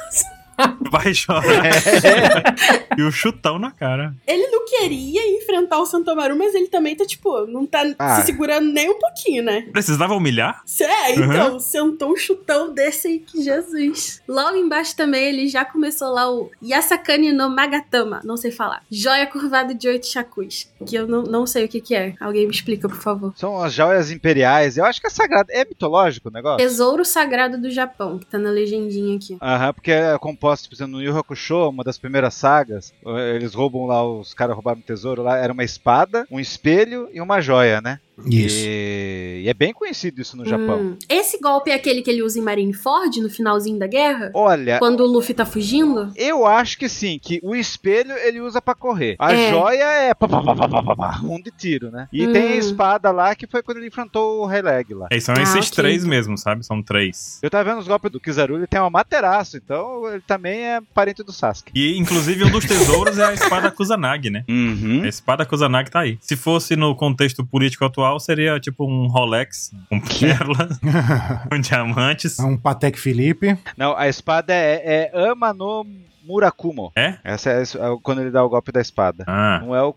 [SPEAKER 3] que vai chorar.
[SPEAKER 2] É.
[SPEAKER 3] e o chutão na cara.
[SPEAKER 7] Ele não queria enfrentar o Santomaru, mas ele também tá, tipo, não tá
[SPEAKER 5] Ah.
[SPEAKER 7] se segurando nem um pouquinho, né?
[SPEAKER 3] Precisava humilhar?
[SPEAKER 7] Cê- É, então, sentou um chutão desse aí que Jesus.
[SPEAKER 2] Logo embaixo também ele já começou lá o Yasakani no Magatama, não sei falar. Joia curvada de oito chacus, que eu não, não sei o que que é. Alguém me explica, por favor.
[SPEAKER 5] São as joias imperiais. Eu acho que é sagrado. É mitológico o negócio?
[SPEAKER 2] Tesouro Sagrado do Japão, que tá na legendinha aqui.
[SPEAKER 5] Aham, porque é composto, por exemplo, no Yu Hakusho, uma das primeiras sagas, eh, eles roubam lá, os caras roubaram o tesouro lá, era uma espada, um espelho e uma joia, né?
[SPEAKER 1] Isso.
[SPEAKER 5] E, e é bem conhecido isso no Japão.
[SPEAKER 2] Hum. Esse golpe é aquele que ele usa em Marineford no finalzinho da guerra?
[SPEAKER 5] Olha,
[SPEAKER 2] Quando o Luffy tá fugindo?
[SPEAKER 5] eu acho que sim, que o espelho ele usa pra correr. A
[SPEAKER 2] É.
[SPEAKER 5] joia é pá, pá, pá, pá, pá, pá, pá, um de tiro, né? E
[SPEAKER 2] Hum.
[SPEAKER 5] tem a espada lá, que foi quando ele enfrentou o Releg lá.
[SPEAKER 3] É, são
[SPEAKER 2] Ah,
[SPEAKER 3] esses
[SPEAKER 2] ok.
[SPEAKER 3] três mesmo, sabe? São três.
[SPEAKER 5] Eu tava vendo os golpes do Kizaru, ele tem uma materaço, então ele também é parente do Sasuke.
[SPEAKER 3] E, inclusive, um dos tesouros é a espada Kusanagi, né?
[SPEAKER 5] Uhum.
[SPEAKER 3] A espada Kusanagi tá aí. Se fosse no contexto político atual, seria tipo um Rolex, um pérola, um diamantes.
[SPEAKER 1] É um Patek Felipe.
[SPEAKER 5] Não, a espada é, é Amano Murakumo.
[SPEAKER 3] É?
[SPEAKER 5] Essa é, a- é quando ele dá o golpe da espada.
[SPEAKER 3] Ah, É
[SPEAKER 5] Não é o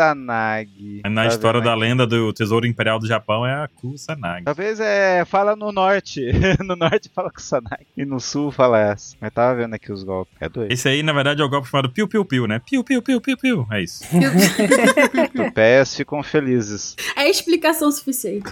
[SPEAKER 5] Kusanagi.
[SPEAKER 3] na
[SPEAKER 5] Tá
[SPEAKER 3] história
[SPEAKER 5] vendo
[SPEAKER 3] da
[SPEAKER 5] aqui?
[SPEAKER 3] lenda do Tesouro Imperial do Japão é a Kusanagi.
[SPEAKER 5] Talvez é. Fala no norte. no norte fala Kusanagi. E no sul fala essa. Mas tava vendo aqui os golpes. É doido.
[SPEAKER 3] Esse aí, na verdade, é o golpe chamado Piu Piu Piu, né? Piu Piu Piu Piu Piu. É isso.
[SPEAKER 5] Os pés ficam felizes.
[SPEAKER 2] É explicação suficiente.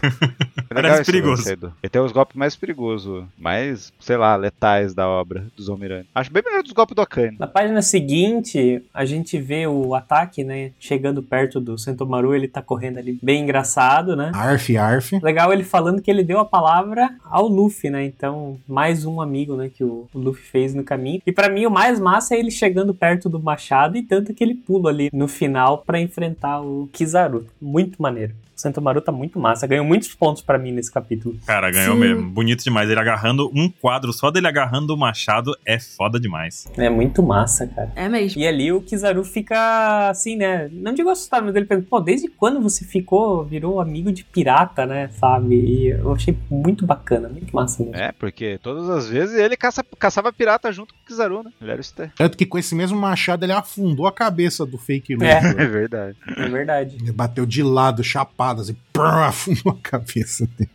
[SPEAKER 3] Parece
[SPEAKER 5] É legal esse
[SPEAKER 3] perigoso.
[SPEAKER 5] lance aí do- Ele tem os golpes mais perigosos. Mais, sei lá, letais da obra dos almirantes. Acho bem melhor dos golpes do Akane.
[SPEAKER 4] Na página seguinte, a gente vê o ataque, né? Chegando perto do Sentomaru, ele tá correndo ali bem engraçado, né?
[SPEAKER 1] Arf, arf.
[SPEAKER 4] Legal ele falando que ele deu a palavra ao Luffy, né? Então, mais um amigo, né? Que o o Luffy fez no caminho. E pra mim, o mais massa é ele chegando perto do Machado e tanto aquele pulo ali no final pra enfrentar o Kizaru. Muito maneiro. O Sentomaru tá muito massa. Ganhou muitos pontos pra mim nesse capítulo.
[SPEAKER 3] Cara, ganhou
[SPEAKER 2] Sim.
[SPEAKER 3] mesmo. Bonito demais. Ele agarrando um quadro, só dele agarrando o machado é foda demais.
[SPEAKER 4] É muito massa, cara.
[SPEAKER 2] É mesmo.
[SPEAKER 4] E ali o Kizaru fica assim, né? Não digo assustado, mas ele pergunta, pô, desde quando você ficou, virou amigo de pirata, né? Sabe? E eu achei muito bacana, muito massa mesmo.
[SPEAKER 5] É, porque todas as vezes ele caça- caçava pirata junto com o Kizaru, né? Ele era o Stan.
[SPEAKER 1] Tanto que com esse mesmo machado ele afundou a cabeça do fake Luffy.
[SPEAKER 4] É.
[SPEAKER 5] É verdade.
[SPEAKER 4] É verdade.
[SPEAKER 1] Ele bateu de lado, chapado, assim, prrr, afundou a cabeça dele.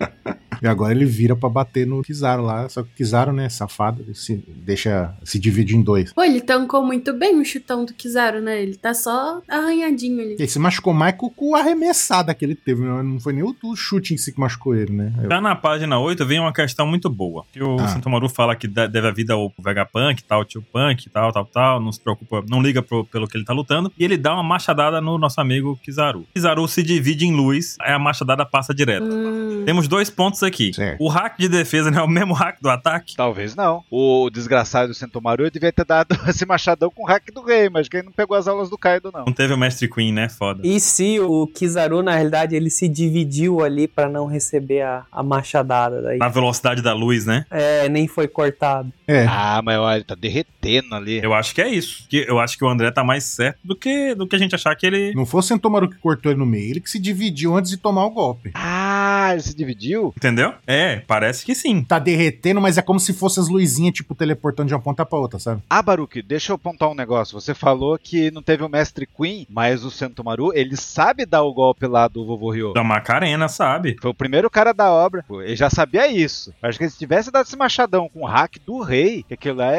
[SPEAKER 1] E agora ele vira pra bater no Kizaru lá. Só que o Kizaru, né, safado, ele se deixa, se divide em dois.
[SPEAKER 2] Pô, ele tancou muito bem o chutão do Kizaru, né? Ele tá só arranhadinho ali.
[SPEAKER 1] Ele se machucou mais com com a arremessada que ele teve, né? não foi nem o o chute em si que machucou ele, né?
[SPEAKER 3] Já na página 8 vem uma questão muito boa. Que o
[SPEAKER 1] Ah.
[SPEAKER 3] Santomaru fala que dá- deve a vida ao Vegapunk, tal, tio Punk, tal, tal, tal. Não se preocupa, não liga pro- pelo que ele tá lutando. E ele dá uma machadada no nosso amigo Kizaru. Kizaru se divide em luz, aí a machadada passa direto.
[SPEAKER 2] Hum.
[SPEAKER 3] Temos dois pontos aqui.
[SPEAKER 1] Certo.
[SPEAKER 3] O hack de defesa não é o mesmo hack do ataque?
[SPEAKER 5] Talvez não. O desgraçado do Sentomaru devia ter dado esse machadão com o hack do rei, mas que ele não pegou as aulas do Kaido, não.
[SPEAKER 3] Não teve o Mestre Queen, né? Foda.
[SPEAKER 4] E se o Kizaru, na realidade, ele se dividiu ali pra não receber a, a machadada daí?
[SPEAKER 3] Na velocidade da luz, né?
[SPEAKER 4] É, nem foi cortado.
[SPEAKER 1] É.
[SPEAKER 5] Ah, mas olha, ele tá derretendo ali.
[SPEAKER 3] Eu acho que é isso. Que eu acho que o André tá mais certo do que, do que a gente achar que ele.
[SPEAKER 1] Não foi o Sentomaru que cortou ele no meio, ele que se dividiu antes de tomar o golpe.
[SPEAKER 5] Ah, ele se dividiu?
[SPEAKER 3] Entendeu? É, parece que sim.
[SPEAKER 1] Tá derretendo, mas é como se fosse as luzinhas, tipo, teleportando de uma ponta pra outra, sabe?
[SPEAKER 5] Ah, Baruque, deixa eu apontar um negócio. Você falou que não teve o Mestre Queen, mas o Sentomaru, ele sabe dar o golpe lá do Vovô Ryo.
[SPEAKER 3] Da Macarena, sabe?
[SPEAKER 5] Foi o primeiro cara da obra. Pô, ele já sabia isso. Acho que ele se tivesse dado esse machadão com o hack do rei, que aquilo lá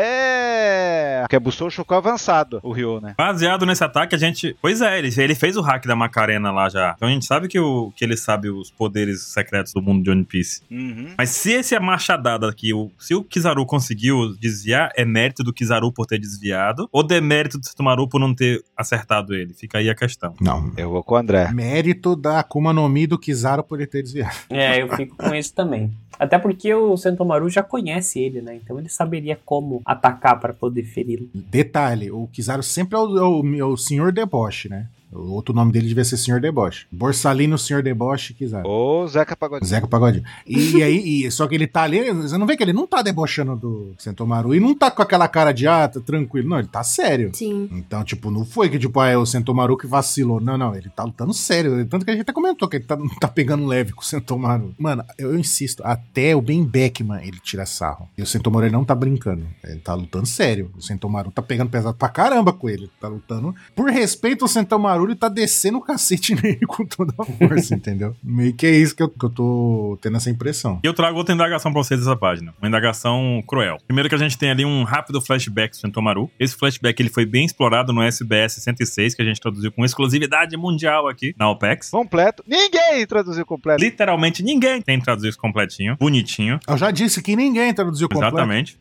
[SPEAKER 5] é. Que é Busou Chocou avançado, o Ryo, né?
[SPEAKER 3] Baseado nesse ataque, a gente. Pois é, ele, ele fez o hack da Macarena lá já. Então a gente sabe que, o, que ele sabe os poderes secretos do mundo de One Piece.
[SPEAKER 5] Uhum.
[SPEAKER 3] Mas se esse é machadada aqui, o- se o Kizaru conseguiu desviar, é mérito do Kizaru por ter desviado ou demérito do Satomaru por não ter acertado ele? Fica aí a questão.
[SPEAKER 1] Não.
[SPEAKER 5] Eu vou com o André.
[SPEAKER 1] Mérito da Akuma no Mi do Kizaru por ele ter desviado.
[SPEAKER 4] É, eu fico com isso também. Até porque o Sentomaru já conhece ele, né? Então ele saberia como atacar pra poder feri-lo.
[SPEAKER 1] Detalhe, o Kizaru sempre é o, é o- é o Senhor Deboche, né? O outro nome dele devia ser Senhor Deboche. Borsalino, Senhor Deboche, Kizaru.
[SPEAKER 5] Ô, Zeca Pagodinho.
[SPEAKER 1] Zeca Pagodinho. E aí, e- só que ele tá ali, você não vê que ele não tá debochando do Sentomaru e não tá com aquela cara de, ah, tá tranquilo. Não, ele tá sério.
[SPEAKER 2] Sim.
[SPEAKER 1] Então, tipo, não foi que, tipo, ah, é o Sentomaru que vacilou. Não, não, ele tá lutando sério. Tanto que a gente até comentou que ele tá, tá pegando leve com o Sentomaru. Mano, eu, eu insisto, até o Ben Beckman ele tira sarro. E o Sentomaru ele não tá brincando. Ele tá lutando sério. O Sentomaru tá pegando pesado pra caramba com ele. Tá lutando. Por respeito ao Sentomaru, ele tá descendo o cacete nele com toda a força, entendeu? Meio que é isso que eu, que eu tô tendo essa impressão.
[SPEAKER 3] E eu trago outra indagação pra vocês dessa página. Uma indagação cruel. Primeiro que a gente tem ali um rápido flashback do Sentomaru. Esse flashback ele foi bem explorado no SBS 106, que a gente traduziu com exclusividade mundial aqui na OPEX.
[SPEAKER 5] Completo. Ninguém traduziu completo.
[SPEAKER 3] Literalmente ninguém tem traduzido isso completinho, bonitinho.
[SPEAKER 1] Eu já disse que ninguém traduziu completo.
[SPEAKER 3] Exatamente.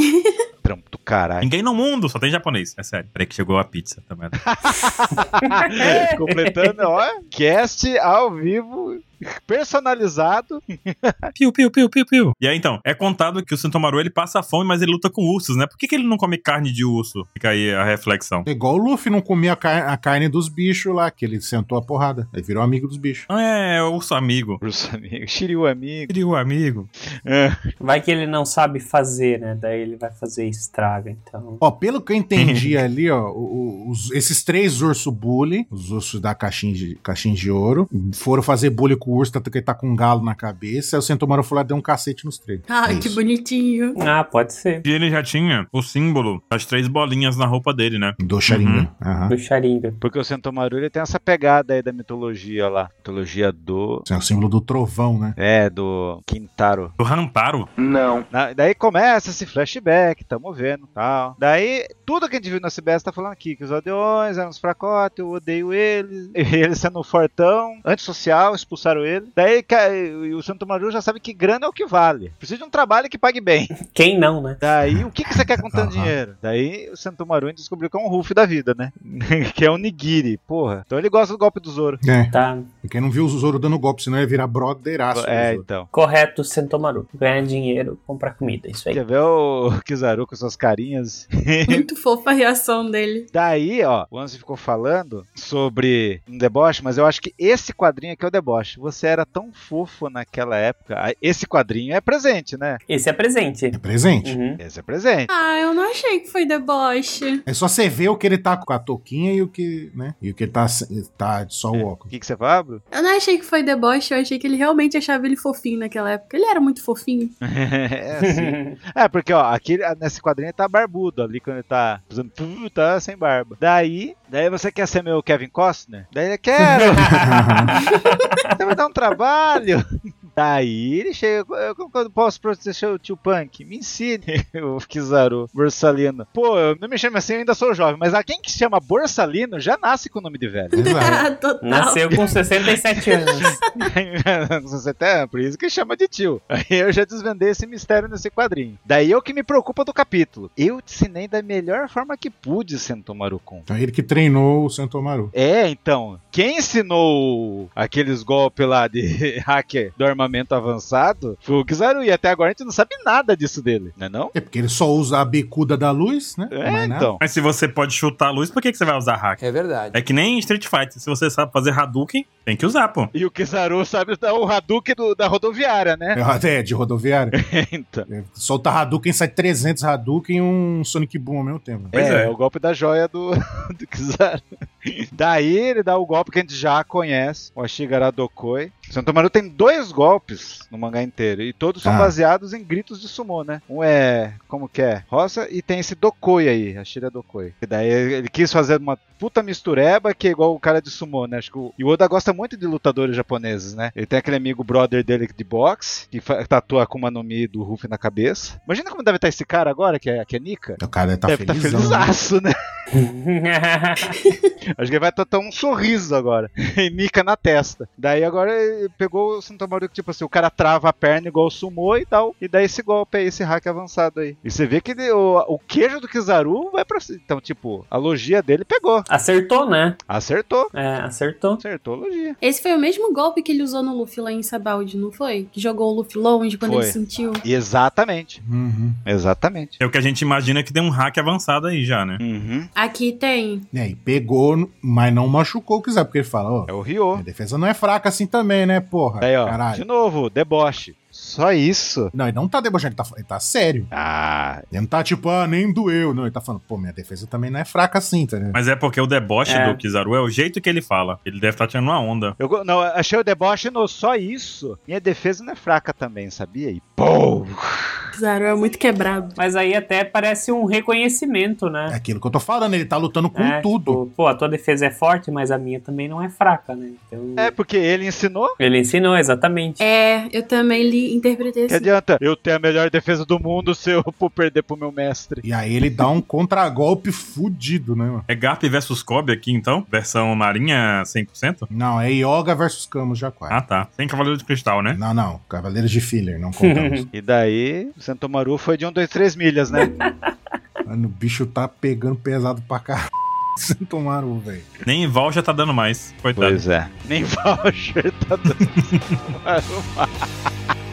[SPEAKER 5] Trampo do caralho.
[SPEAKER 3] Ninguém no mundo, só tem japonês. É sério. Peraí que chegou a pizza também.
[SPEAKER 5] é. Completando, ó. Cast ao vivo, personalizado.
[SPEAKER 3] Piu, piu, piu, piu, piu. E aí, então, é contado que o Sentomaru, ele passa fome, mas ele luta com ursos, né? Por que, que ele não come carne de urso? Fica aí a reflexão.
[SPEAKER 1] É igual o Luffy não comia a, car- a carne dos bichos lá, que ele sentou a porrada. Aí virou amigo dos bichos.
[SPEAKER 3] Ah, é, é urso amigo.
[SPEAKER 5] Bruce amigo, Shiryu amigo.
[SPEAKER 3] Ele o amigo.
[SPEAKER 5] É.
[SPEAKER 4] Vai que ele não sabe fazer, né? Daí ele vai fazer estraga, então.
[SPEAKER 1] Ó, pelo que eu entendi ali, ó, o- o- os- esses três urso bully, os ursos da caixinha de, caixinha de ouro, foram fazer bully com o urso, tanto que ele tá com um galo na cabeça. Aí o Sentomaru foi lá e deu um cacete nos três.
[SPEAKER 2] Ai,
[SPEAKER 1] É
[SPEAKER 2] Ah, que
[SPEAKER 1] isso.
[SPEAKER 2] bonitinho.
[SPEAKER 4] Ah, pode ser.
[SPEAKER 3] E ele já tinha o símbolo das três bolinhas na roupa dele, né?
[SPEAKER 1] Do Sharingan. Aham.
[SPEAKER 4] Do Sharingan.
[SPEAKER 5] Porque o Sentomaru ele tem essa pegada aí da mitologia lá. Mitologia do.
[SPEAKER 1] Isso é o símbolo do trovão, né?
[SPEAKER 5] É, do Quintaro.
[SPEAKER 3] Do Rantaro.
[SPEAKER 5] Na- daí começa esse flashback, tamo vendo tal. Daí, tudo que a gente viu na CBS tá falando aqui, que os aldeões eram os fracotes, eu odeio eles, ele sendo um fortão, antissocial, expulsaram ele. Daí ca- e o Santo Maru já sabe que grana é o que vale. Precisa de um trabalho que pague bem.
[SPEAKER 4] Quem não, né?
[SPEAKER 5] Daí, o que, que você quer com tanto
[SPEAKER 1] Aham.
[SPEAKER 5] dinheiro? Daí o Santo Maru descobriu que é um Ruff da vida, né? que é um Nigiri, porra. Então ele gosta do golpe do Zoro.
[SPEAKER 1] É.
[SPEAKER 4] Tá
[SPEAKER 1] E Quem não viu o Zoro dando golpe, senão ia virar brotheraço. do
[SPEAKER 5] É,
[SPEAKER 1] Zoro.
[SPEAKER 5] então.
[SPEAKER 4] correto, Sentomaru. Ganhar dinheiro, comprar comida, isso aí.
[SPEAKER 5] Quer ver o Kizaru com suas carinhas?
[SPEAKER 2] Muito fofa a reação dele.
[SPEAKER 5] Daí, ó, o Anson ficou falando sobre um deboche, mas eu acho que esse quadrinho aqui é o deboche. Você era tão fofo naquela época. Ah, Esse quadrinho é presente, né?
[SPEAKER 4] Esse é presente.
[SPEAKER 1] É presente.
[SPEAKER 4] Uhum.
[SPEAKER 5] Esse é presente.
[SPEAKER 2] Ah, eu não achei que foi deboche.
[SPEAKER 1] É só você ver o que ele tá com a touquinha e o que, né? E o que ele tá, se- tá só o
[SPEAKER 5] O
[SPEAKER 1] óculos.
[SPEAKER 5] que, que você fala, Bruno?
[SPEAKER 2] Eu não achei que foi deboche, eu achei que ele realmente achava ele fofinho naquela época. Ele era muito fofinho.
[SPEAKER 5] é, assim. é, porque, ó, aqui nesse quadrinho ele tá barbudo ali quando ele tá fazendo tudo, tá sem barba. Daí, daí você quer ser meu Kevin Costner? Daí ele quero, você vai dar um trabalho. Daí Tá ele chega, eu, como que eu posso proteger o tio Punk? Me ensine, o Kizaru, Borsalino. Pô, eu não me chamo assim, eu ainda sou jovem, mas a quem que se chama Borsalino já nasce com o nome de velho.
[SPEAKER 1] Exato.
[SPEAKER 2] Ah, total.
[SPEAKER 4] Nasceu com 67 anos.
[SPEAKER 5] Você até- por isso que chama de tio. Aí eu já desvendei esse mistério nesse quadrinho. Daí é o que me preocupa do capítulo. Eu te ensinei da melhor forma que pude, Sentomaru-kun.
[SPEAKER 1] Então ele que treinou o Sentomaru.
[SPEAKER 5] É, então, quem ensinou aqueles golpes lá de hacker do armamento avançado foi o Kizaru. E até agora a gente não sabe nada disso dele, né não?
[SPEAKER 1] É porque ele só usa a bicuda da luz, né?
[SPEAKER 5] É,
[SPEAKER 1] Mais nada.
[SPEAKER 5] então.
[SPEAKER 3] Mas se você pode chutar a luz, por que, que você vai usar hack?
[SPEAKER 8] É verdade.
[SPEAKER 3] É que nem Street Fighter. Se você sabe fazer Hadouken, tem que usar, pô.
[SPEAKER 5] E o Kizaru sabe dar o Hadouken do- da rodoviária, né?
[SPEAKER 1] É, de rodoviária.
[SPEAKER 5] então.
[SPEAKER 1] É, Solta Hadouken, sai 300 Hadouken e um Sonic Boom ao mesmo tempo.
[SPEAKER 3] Pois
[SPEAKER 5] é,
[SPEAKER 3] é.
[SPEAKER 5] é o golpe da joia do, do Kizaru. Daí ele dá o golpe que a gente já conhece, o Ashigara Dokoi. Santomaru tem dois golpes no mangá inteiro, e todos são
[SPEAKER 1] Ah.
[SPEAKER 5] baseados em gritos de sumô, né? Um é, como que é, roça, e tem esse Dokoi aí, Ashira Dokoi. E daí ele quis fazer uma puta mistureba que é igual o cara de sumô, né? Acho que o e o Oda gosta muito de lutadores japoneses, né? Ele tem aquele amigo brother dele de boxe, que fa- tatua a Akuma no Mi do Ruffy na cabeça. Imagina como deve estar esse cara agora, que é, que é Nika.
[SPEAKER 1] O cara tá
[SPEAKER 5] Deve estar
[SPEAKER 1] felizão. né?
[SPEAKER 5] felizaço, né? Acho que ele vai tatuar um sorriso agora. e nica na testa. Daí agora ele pegou o Santomaru que, tipo assim, o cara trava a perna igual sumou e tal. E dá esse golpe aí, esse hack avançado aí. E você vê que ele- o, o queijo do Kizaru vai pra cima. Então, tipo, a logia dele pegou.
[SPEAKER 4] Acertou, né?
[SPEAKER 5] Acertou.
[SPEAKER 4] É, acertou.
[SPEAKER 5] Acertou a logia.
[SPEAKER 2] Esse foi o mesmo golpe que ele usou no Luffy lá em Sabaldi, não foi? Que jogou o Luffy longe quando
[SPEAKER 5] Foi.
[SPEAKER 2] ele sentiu.
[SPEAKER 5] Exatamente.
[SPEAKER 1] Uhum.
[SPEAKER 5] Exatamente.
[SPEAKER 3] É o que a gente imagina que tem um hack avançado aí já, né?
[SPEAKER 5] Uhum.
[SPEAKER 2] Aqui tem.
[SPEAKER 1] E aí, pegou, mas não machucou o Kizaru, porque ele fala, ó,
[SPEAKER 5] É o Ryo.
[SPEAKER 1] a defesa não é fraca assim também, né, porra?
[SPEAKER 5] Daí, ó. De
[SPEAKER 1] Caralho.
[SPEAKER 5] novo, deboche. Só isso.
[SPEAKER 1] Não, ele não tá debochando, ele tá, ele tá sério.
[SPEAKER 5] Ah,
[SPEAKER 1] Ele não tá tipo, ah, nem doeu. Não, ele tá falando, pô, minha defesa também não é fraca assim, tá ligado?
[SPEAKER 3] Mas é porque o deboche
[SPEAKER 4] É.
[SPEAKER 3] do Kizaru é o jeito que ele fala. Ele deve estar tirando uma onda.
[SPEAKER 5] Eu go- não, achei o deboche no só isso. Minha defesa não é fraca também, sabia? E pô!
[SPEAKER 2] Kizaru é muito quebrado.
[SPEAKER 4] Mas aí até parece um reconhecimento,
[SPEAKER 1] É
[SPEAKER 4] né?
[SPEAKER 1] aquilo que eu tô falando, ele tá lutando com
[SPEAKER 4] É,
[SPEAKER 1] tudo.
[SPEAKER 4] tipo, pô, a tua defesa é forte, mas a minha também não é fraca, né? Então,
[SPEAKER 5] É porque ele ensinou.
[SPEAKER 4] Ele ensinou, exatamente.
[SPEAKER 2] É, eu também li, interpretei
[SPEAKER 5] Que
[SPEAKER 2] assim.
[SPEAKER 5] adianta eu ter a melhor defesa do mundo se eu for perder pro meu mestre.
[SPEAKER 1] E aí ele dá um contragolpe fudido, né, mano?
[SPEAKER 3] É Garp versus Kobe aqui, então? Versão marinha 100%?
[SPEAKER 1] Não, é Yoga versus Camus já
[SPEAKER 3] Ah, tá. Sem Cavaleiro de Cristal, né?
[SPEAKER 1] Não, não, Cavaleiros de Filler, não contamos.
[SPEAKER 5] E daí, o Santomaru foi de um, dois, três milhas, né?
[SPEAKER 1] Mano, o bicho tá pegando pesado pra caralho. Sem tomar o um, velho.
[SPEAKER 3] Nem Val já tá dando mais. Coitado.
[SPEAKER 5] pois é. Nem voucher tá dando. Santomaru.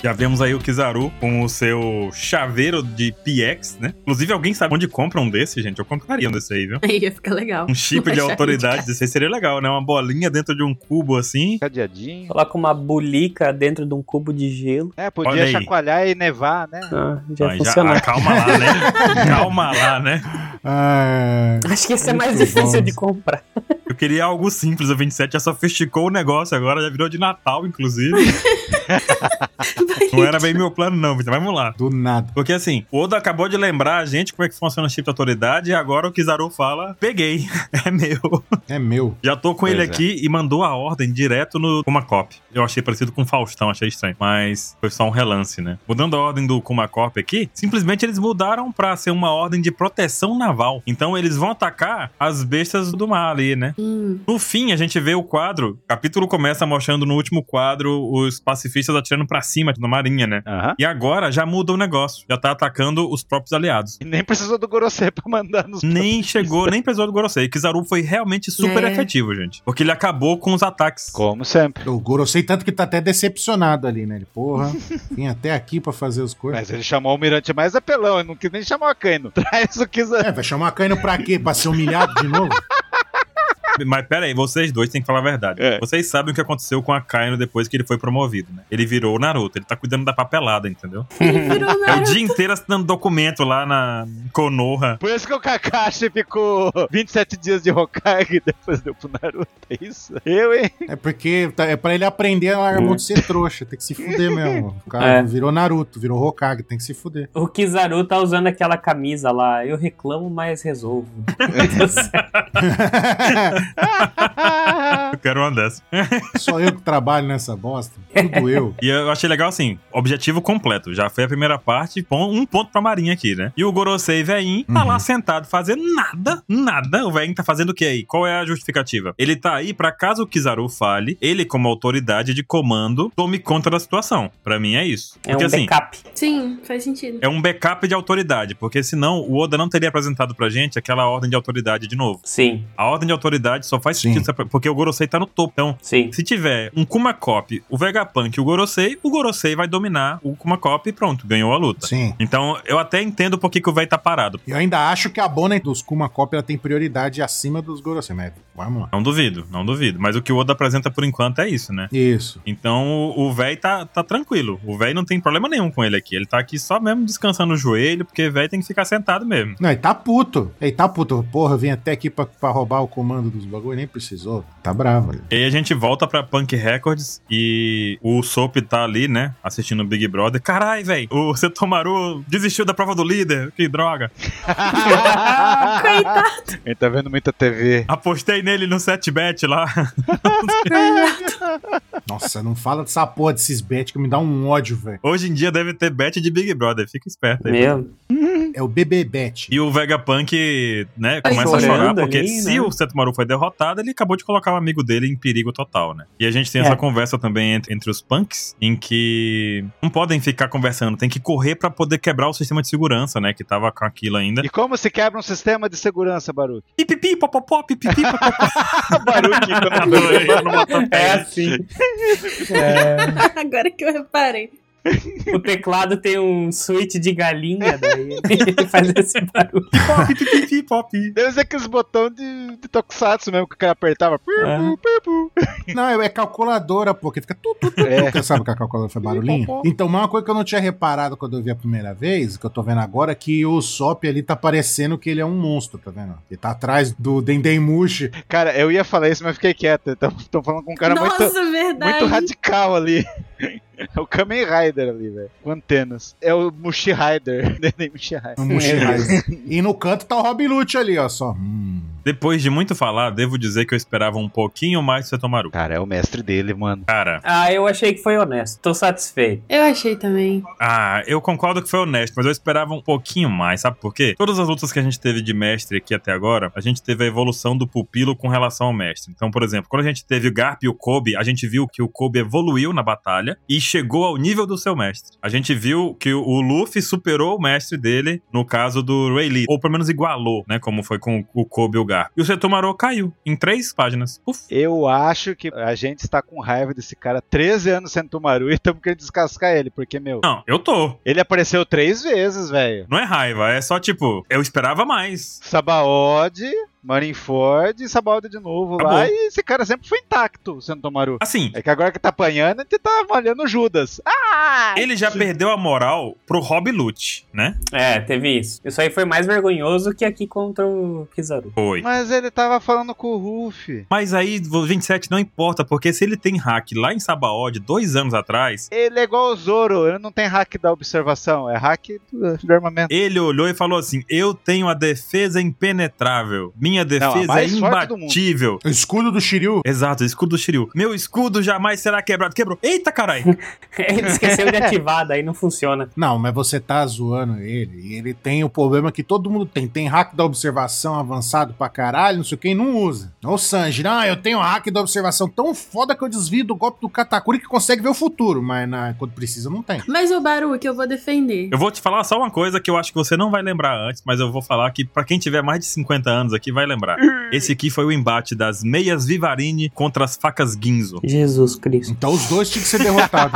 [SPEAKER 3] Já vemos aí o Kizaru com o seu chaveiro de PX, né? Inclusive, alguém sabe onde compra um desse, gente? Eu compraria um desse aí, viu?
[SPEAKER 2] Aí ia ficar legal.
[SPEAKER 3] Um chip
[SPEAKER 2] Vai
[SPEAKER 3] de
[SPEAKER 2] sair de
[SPEAKER 3] autoridade desse aí seria legal, né? Uma bolinha dentro de um cubo assim.
[SPEAKER 5] Cadeadinho.
[SPEAKER 4] Coloca uma bulica dentro de um cubo de gelo.
[SPEAKER 5] É,
[SPEAKER 3] Olha
[SPEAKER 5] podia
[SPEAKER 3] aí.
[SPEAKER 5] chacoalhar e nevar, né?
[SPEAKER 4] Ah, já
[SPEAKER 3] Aí
[SPEAKER 4] funcionou.
[SPEAKER 3] ah, calma lá, né? calma lá, né?
[SPEAKER 1] Ah,
[SPEAKER 4] Acho que esse é
[SPEAKER 1] Muito
[SPEAKER 4] mais
[SPEAKER 1] bom.
[SPEAKER 4] difícil de comprar.
[SPEAKER 3] Eu queria algo simples, o 27 já sofisticou o negócio agora, já virou de Natal, inclusive. Não era bem meu plano, não, Vitor. Vamos lá.
[SPEAKER 1] do nada.
[SPEAKER 3] Porque assim, o Oda acabou de lembrar a gente como é que funciona o chip de autoridade e agora o Kizaru fala: peguei, é meu.
[SPEAKER 1] É meu.
[SPEAKER 3] Já tô com
[SPEAKER 5] Pois
[SPEAKER 3] ele
[SPEAKER 5] é.
[SPEAKER 3] aqui e mandou a ordem direto no Kumacop. Eu achei parecido com Faustão, achei estranho. Mas foi só um relance, né? Mudando a ordem do Kumacop aqui, simplesmente eles mudaram pra ser uma ordem de proteção naval. Então eles vão atacar as bestas do mar ali, né?
[SPEAKER 2] Hum,
[SPEAKER 3] No fim, a gente vê o quadro. O capítulo começa mostrando no último quadro os pacifistas atirando pra cima da marinha, né?
[SPEAKER 5] Aham.
[SPEAKER 3] E agora já muda o negócio. Já tá atacando os próprios aliados.
[SPEAKER 5] E nem precisou do Gorosei pra mandar nos.
[SPEAKER 3] Nem chegou, nem precisou do Gorosei. Kizaru foi realmente super
[SPEAKER 2] É.
[SPEAKER 3] efetivo, gente. Porque ele acabou com os ataques.
[SPEAKER 5] Como sempre.
[SPEAKER 1] O Gorosei tanto que tá até decepcionado ali, né? Ele, porra, vim até aqui pra fazer os coisas.
[SPEAKER 5] Mas ele chamou o Almirante mais apelão, ele não quis nem chamar o Akainu. Traz o Kizaru.
[SPEAKER 1] É, vai chamar a Kaino pra quê? Pra ser humilhado de novo?
[SPEAKER 3] Mas pera aí, vocês dois têm que falar a verdade.
[SPEAKER 5] É.
[SPEAKER 3] Vocês sabem o que aconteceu com a Kaino depois que ele foi promovido, né? Ele virou o Naruto, ele tá cuidando da papelada, entendeu?
[SPEAKER 2] ele virou um
[SPEAKER 3] É o
[SPEAKER 2] Naruto.
[SPEAKER 3] dia inteiro assinando documento lá na Konoha.
[SPEAKER 5] Por isso que o Kakashi ficou 27 dias de Hokage e depois deu pro Naruto, é isso? Eu, hein?
[SPEAKER 1] É porque tá- é pra ele aprender a largar a mão de ser trouxa. Tem que se fuder mesmo. O cara
[SPEAKER 4] É.
[SPEAKER 1] virou Naruto, virou Hokage, tem que se fuder.
[SPEAKER 4] O Kizaru tá usando É aquela camisa lá. Eu reclamo, mas resolvo.
[SPEAKER 3] Eu quero uma dessa.
[SPEAKER 1] Só eu que trabalho nessa bosta. Tudo eu.
[SPEAKER 3] E eu achei legal assim, objetivo completo. Já foi a primeira parte, pon- um ponto pra Marinha aqui, né? E o Gorosei velhinho tá lá sentado fazendo nada, nada. O velhinho tá fazendo o que aí? Qual é a justificativa? Ele tá aí pra caso o Kizaru fale, ele como autoridade de comando tome conta da situação. Pra mim é isso.
[SPEAKER 4] É um backup.
[SPEAKER 2] Sim, faz sentido.
[SPEAKER 3] é um backup de autoridade, porque senão o Oda não teria apresentado pra gente aquela ordem de autoridade de novo.
[SPEAKER 4] Sim,
[SPEAKER 3] A ordem de autoridade só faz
[SPEAKER 1] Sim.
[SPEAKER 3] sentido se- porque o Gorosei tá no topo. Então,
[SPEAKER 4] sim.
[SPEAKER 3] se tiver um Kuma Cop, o Vegapunk e o Gorosei, o Gorosei vai dominar o Kuma Cop e pronto, ganhou a luta.
[SPEAKER 1] Sim.
[SPEAKER 3] Então, eu até entendo por que, que o velho tá parado.
[SPEAKER 1] Eu ainda acho que a Bonnie dos Kuma Cop ela tem prioridade acima dos Gorosei. Mas vamos lá.
[SPEAKER 3] Não duvido, não duvido. Mas o que o Oda apresenta por enquanto é isso, né?
[SPEAKER 1] Isso.
[SPEAKER 3] Então o velho tá, tá tranquilo. O velho não tem problema nenhum com ele aqui. Ele tá aqui só mesmo descansando o joelho, porque o velho tem que ficar sentado mesmo.
[SPEAKER 1] Não, ele tá puto. Ele tá puto. Porra, vim até aqui pra, pra roubar o comando dos bagulho. Nem precisou. Tá bravo. velho.
[SPEAKER 3] E aí a gente volta pra Punk Records e o Soap tá ali, né? Assistindo o Big Brother. Carai, velho, o Setomaru desistiu da prova do líder. Que droga.
[SPEAKER 5] Ah, Coitado. Ele tá vendo muita TV.
[SPEAKER 3] Apostei nele no set bet lá.
[SPEAKER 1] Nossa, não fala dessa porra desses bet que me dá um ódio, velho.
[SPEAKER 3] Hoje em dia deve ter bet de Big Brother. Fica esperto aí.
[SPEAKER 4] Meu,
[SPEAKER 1] É o BB bet.
[SPEAKER 3] E o Vegapunk, né, começa a
[SPEAKER 4] chorando
[SPEAKER 3] chorar, porque
[SPEAKER 4] Tá ali,
[SPEAKER 3] se
[SPEAKER 4] né?
[SPEAKER 3] o Setomaru foi derrotado, ele acabou de colocar o amigo dele em perigo total, né? E a gente tem
[SPEAKER 4] É.
[SPEAKER 3] essa conversa também entre, entre os punks, em que não podem ficar conversando, tem que correr pra poder quebrar o sistema de segurança, né, que tava com aquilo ainda.
[SPEAKER 5] E como se quebra um sistema de segurança, Baruque?
[SPEAKER 3] E pipi, popopó, pipipi, popopó.
[SPEAKER 5] Baruque,
[SPEAKER 4] é assim. É,
[SPEAKER 5] ah.
[SPEAKER 2] Agora que eu reparei.
[SPEAKER 4] o teclado tem um switch de galinha, daí ele faz esse barulho.
[SPEAKER 3] Pop, pipipi, pop.
[SPEAKER 5] Deve ser aqueles é botões de, de tokusatsu mesmo que o cara apertava.
[SPEAKER 4] É.
[SPEAKER 1] Não, é- é calculadora, pô. Que fica tu, tu, tu,
[SPEAKER 5] É.
[SPEAKER 1] tu. Sabe que a calculadora foi barulhinho? Então, mas uma coisa que eu não tinha reparado quando eu vi a primeira vez, que eu tô vendo agora, é que o Sop ali tá parecendo que ele é um monstro, tá vendo? Ele tá atrás do Dendemushi.
[SPEAKER 5] Cara, eu ia falar isso, mas fiquei quieto. Então, Tô falando com um cara
[SPEAKER 2] Nossa,
[SPEAKER 5] muito,
[SPEAKER 2] verdade.
[SPEAKER 5] muito radical ali. É o Kamen Rider ali, velho. Com antenas. É o Mushi Rider. Nem Mushi Rider.
[SPEAKER 1] No um Mushi Rising. E no canto tá o Rob Lute ali, ó, só. Hum.
[SPEAKER 3] Depois de muito falar, devo dizer que eu esperava um pouquinho mais do Setomaru.
[SPEAKER 5] Cara, é o mestre dele, mano.
[SPEAKER 3] Cara,
[SPEAKER 4] Ah, eu achei que foi honesto. Tô satisfeito.
[SPEAKER 2] Eu achei também.
[SPEAKER 3] ah, eu concordo que foi honesto, mas eu esperava um pouquinho mais, sabe por quê? Todas as lutas que a gente teve de mestre aqui até agora, a gente teve a evolução do pupilo com relação ao mestre. Então, por exemplo, quando a gente teve o Garp e o Kobe, a gente viu que o Kobe evoluiu na batalha e chegou ao nível do seu mestre. A gente viu que o Luffy superou o mestre dele, no caso do Ray Lee, ou pelo menos igualou, né, como foi com o Kobe e o Garp. E o Setomaru caiu em três páginas. Puf.
[SPEAKER 5] Eu acho que a gente está com raiva desse cara 13 anos sendo Tumaru e estamos querendo descascar ele, porque, meu,
[SPEAKER 3] Não, eu tô.
[SPEAKER 5] ele apareceu três vezes, velho.
[SPEAKER 3] Não é raiva, é só tipo, eu esperava mais.
[SPEAKER 5] Sabaody, Marineford e Sabaody de novo
[SPEAKER 3] Acabou.
[SPEAKER 5] lá. E esse cara sempre foi intacto, sendo Tomaru.
[SPEAKER 3] Assim,
[SPEAKER 5] É que agora que tá apanhando, ele tá malhando o Judas. Ah!
[SPEAKER 3] ele já perdeu a moral pro Rob Lute, né?
[SPEAKER 4] É, teve isso. Isso aí foi mais vergonhoso que aqui contra o Kizaru.
[SPEAKER 3] Foi.
[SPEAKER 5] Mas ele tava falando com o Ruff.
[SPEAKER 3] Mas aí, o 27 não importa, porque se ele tem hack lá em Sabaody, dois anos atrás,
[SPEAKER 5] Ele é igual o Zoro, ele não tem hack da observação, é hack do, do armamento.
[SPEAKER 3] ele olhou e falou assim: Eu tenho a defesa impenetrável. Minha
[SPEAKER 5] a
[SPEAKER 3] defesa é
[SPEAKER 5] mais forte do mundo."
[SPEAKER 3] imbatível.
[SPEAKER 1] O escudo do Shiryu.
[SPEAKER 3] Exato, escudo do Shiryu. Meu escudo jamais será quebrado. Quebrou. Eita, carai.
[SPEAKER 4] Ele esqueceu de ativar, daí não funciona.
[SPEAKER 1] Não, mas você tá zoando ele. E ele tem o problema que todo mundo tem. Tem hack da observação avançado pra caralho, não sei o que, e não usa. Ô Sanji, não, eu tenho hack da observação tão foda que eu desvio do golpe do Katakuri que consegue ver o futuro. Mas na- quando precisa, não tem.
[SPEAKER 2] Mas o Baru, que eu vou defender.
[SPEAKER 3] Eu vou te falar só uma coisa que eu acho que você não vai lembrar antes, mas eu vou falar que pra quem tiver mais de 50 anos aqui vai lembrar. Esse aqui foi o embate das meias Vivarine contra as facas Guinzo.
[SPEAKER 4] Jesus Cristo.
[SPEAKER 1] Então os dois tinham que ser derrotados.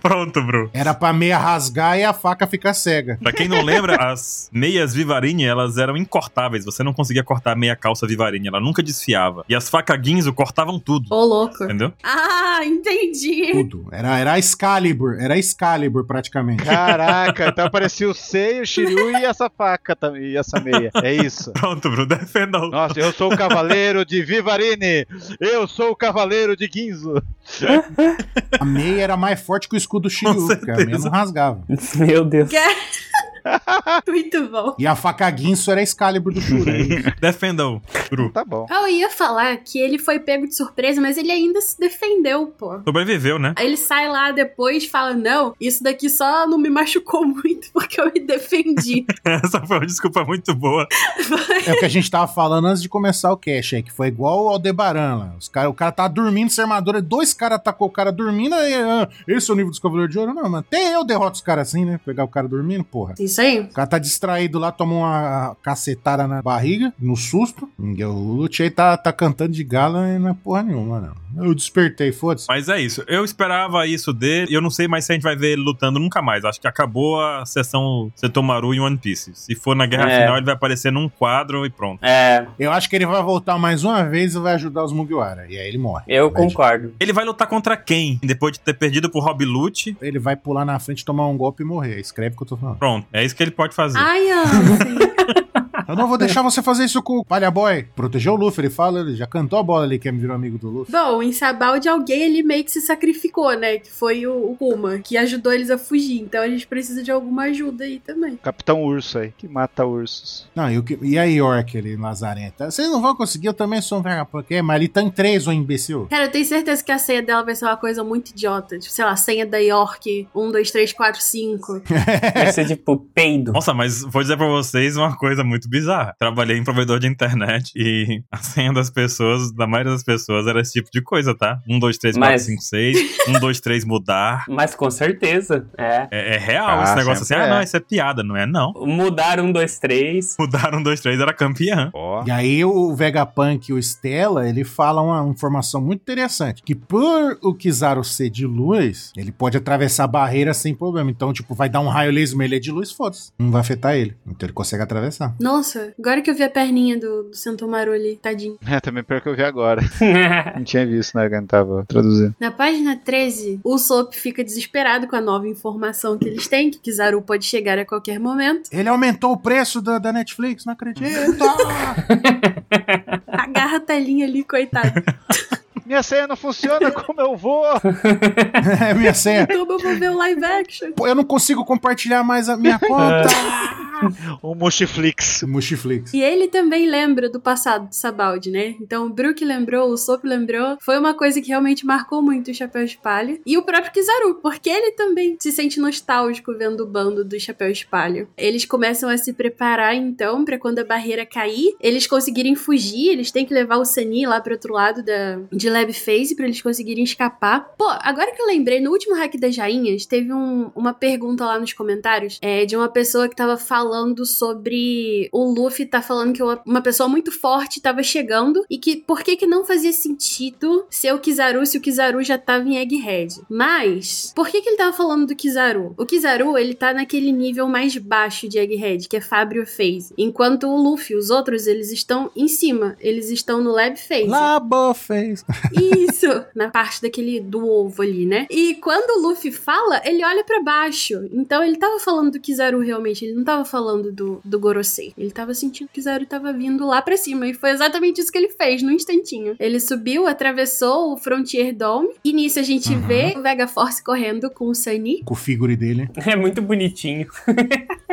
[SPEAKER 3] Pronto, Bru.
[SPEAKER 1] Era pra meia rasgar e a faca ficar cega.
[SPEAKER 3] Pra quem não lembra, as meias Vivarine, elas eram incortáveis. Você não conseguia cortar a meia calça Vivarine, ela nunca desfiava. E as facas Guinzo cortavam tudo,
[SPEAKER 2] Ô, louco.
[SPEAKER 3] entendeu?
[SPEAKER 2] Ah, entendi.
[SPEAKER 1] Tudo. Era, era Excalibur. Era Excalibur, praticamente.
[SPEAKER 5] Caraca, então aparecia o Sei, o Shiryu e essa faca também, e essa meia. É isso.
[SPEAKER 3] Pronto, Bru, defenda o...
[SPEAKER 5] Nossa, eu sou o cavaleiro de Vivarine! Eu sou o cavaleiro de Ginzo!
[SPEAKER 1] A meia era mais forte que o escudo do Shiryu, porque a meia
[SPEAKER 3] certeza.
[SPEAKER 1] não rasgava.
[SPEAKER 4] Meu Deus.
[SPEAKER 2] Muito bom.
[SPEAKER 1] E a faca guinso era a Excalibur do é Shura.
[SPEAKER 3] Defendam, Shuru.
[SPEAKER 5] Tá bom.
[SPEAKER 2] Ah, Eu ia falar que ele foi pego de surpresa, mas ele ainda se defendeu, pô.
[SPEAKER 3] Sobreviveu, né?
[SPEAKER 2] Aí Ele sai lá depois e fala: Não, isso daqui só não me machucou muito porque eu me defendi.
[SPEAKER 3] Essa foi uma desculpa muito boa.
[SPEAKER 1] É o que a gente tava falando antes de começar o cash aí, que foi igual o Aldebaran lá. Os cara, o cara tá dormindo sem armadura, dois caras atacou o cara dormindo, aí, ah, esse é o nível dos Cavaleiros de Ouro? Não, mano, até eu derroto os caras assim, né? Pegar o cara dormindo, porra.
[SPEAKER 2] isso aí?
[SPEAKER 1] O cara tá distraído lá, tomou uma cacetada na barriga, no susto. E O Lute aí tá, tá cantando de gala e não é porra nenhuma, não. Eu despertei, foda-se.
[SPEAKER 3] Mas é isso. Eu esperava isso dele. e Eu não sei mais se a gente vai ver ele lutando nunca mais. Acho que acabou a sessão Setomaru em One Piece. Se for na guerra
[SPEAKER 4] É.
[SPEAKER 3] final, ele vai aparecer num quadro e pronto.
[SPEAKER 4] É,
[SPEAKER 1] Eu acho que ele vai voltar mais uma vez e vai ajudar os Mugiwara. E aí ele morre.
[SPEAKER 4] eu
[SPEAKER 1] Vai-
[SPEAKER 4] concordo.
[SPEAKER 3] Ele vai lutar contra quem? Depois de ter perdido pro Rob Lute.
[SPEAKER 1] Ele vai pular na frente, tomar um golpe e morrer. Escreve o que eu tô falando.
[SPEAKER 3] Pronto. É isso que ele pode fazer.
[SPEAKER 2] Ai, Ansem.
[SPEAKER 1] Eu não vou deixar você fazer isso com o Palha Boy. Protegeu o Luffy, ele fala, ele já cantou a bola ali, que é virou amigo do Luffy.
[SPEAKER 2] Bom, em Sabaldi, alguém ele meio que se sacrificou, né? Que foi o, o Kuma, que ajudou eles a fugir. Então a gente precisa de alguma ajuda aí também.
[SPEAKER 5] Capitão Urso aí, que mata ursos.
[SPEAKER 1] Não, e, o que- e a York ali, Lazarenta? Vocês não vão conseguir, eu também sou um vagabundo. É, mas ali tá em três, ô imbecil.
[SPEAKER 2] Cara, eu tenho certeza que a senha dela vai ser uma coisa muito idiota. Tipo, sei lá, senha da York 1, 2, 3, 4, 5.
[SPEAKER 4] Vai ser tipo peido.
[SPEAKER 3] Nossa, mas vou dizer pra vocês uma coisa muito bizarra. Trabalhei em provedor de internet e a senha das pessoas, da maioria das pessoas, era esse tipo de coisa, tá? 1, 2, 3, 4,
[SPEAKER 4] Mas-
[SPEAKER 3] 5, 6. 1, 2, 3, Um, mudar.
[SPEAKER 4] Mas com certeza, é.
[SPEAKER 3] É, é real
[SPEAKER 5] Ah,
[SPEAKER 3] esse negócio assim.
[SPEAKER 5] sempre
[SPEAKER 3] Ah, não,
[SPEAKER 5] é.
[SPEAKER 3] isso é piada, não é não.
[SPEAKER 4] Mudar um, dois, três.
[SPEAKER 3] Mudar 1, 2, 3 era campeã.
[SPEAKER 5] Ó.
[SPEAKER 1] E aí o Vegapunk e o Stella, ele fala uma informação muito interessante, que por o Kizaru ser de luz, ele pode atravessar a barreira sem problema. Então, tipo, vai dar um raio laser, mas ele é de luz, foda-se. Não vai afetar ele. Então ele consegue atravessar.
[SPEAKER 2] Nossa, agora que eu vi a perninha do, do Santomaru ali, tadinho.
[SPEAKER 5] É, também pior que eu vi agora. Não tinha visto na hora que eu tava traduzindo.
[SPEAKER 2] Na página 13, o Sop fica desesperado com a nova informação que eles têm, que Kizaru pode chegar a qualquer momento.
[SPEAKER 1] Ele aumentou o preço da, da Netflix, não acredito!
[SPEAKER 2] Agarra a telinha ali, coitado.
[SPEAKER 5] Minha senha não funciona como eu vou.
[SPEAKER 1] é minha senha.
[SPEAKER 2] Então eu vou ver o live action.
[SPEAKER 1] Pô, eu não consigo compartilhar mais a minha conta.
[SPEAKER 5] O Mochiflix.
[SPEAKER 1] Mushiflix.
[SPEAKER 2] E ele também lembra do passado de Sabaldi, né? Então o Brook lembrou, o Sop lembrou. Foi uma coisa que realmente marcou muito o Chapéu de Palha. E o próprio Kizaru, porque ele também se sente nostálgico vendo o bando do Chapéu de Palha. Eles começam a se preparar, então, pra quando a barreira cair, eles conseguirem fugir. Eles têm que levar o Sani lá pro outro lado da, de Lab Phase pra eles conseguirem escapar. Pô, agora que eu lembrei, no último hack das Jainhas, teve um- uma pergunta lá nos comentários é, de uma pessoa que tava falando sobre o Luffy tá falando que uma, uma pessoa muito forte tava chegando e que por que que não fazia sentido ser o Kizaru se o Kizaru já tava em Egghead. Mas, por que que ele tava falando do Kizaru? O Kizaru, ele tá naquele nível mais baixo de Egghead, que é Fabrio Phase. Enquanto o Luffy, os outros, eles estão em cima. Eles estão no Lab Phase.
[SPEAKER 1] Labo fez.
[SPEAKER 2] Isso, na parte daquele do ovo ali, né? E quando o Luffy fala, ele olha pra baixo. Então ele tava falando do Kizaru realmente, ele não tava falando do, do Gorosei. Ele tava sentindo que o Kizaru tava vindo lá pra cima e foi exatamente isso que ele fez no instantinho. Ele subiu, atravessou o Frontier Dome e nisso a gente
[SPEAKER 1] Uhum.
[SPEAKER 2] vê o Vega Force correndo com o Sunny,
[SPEAKER 1] Com o figure dele.
[SPEAKER 4] É muito bonitinho.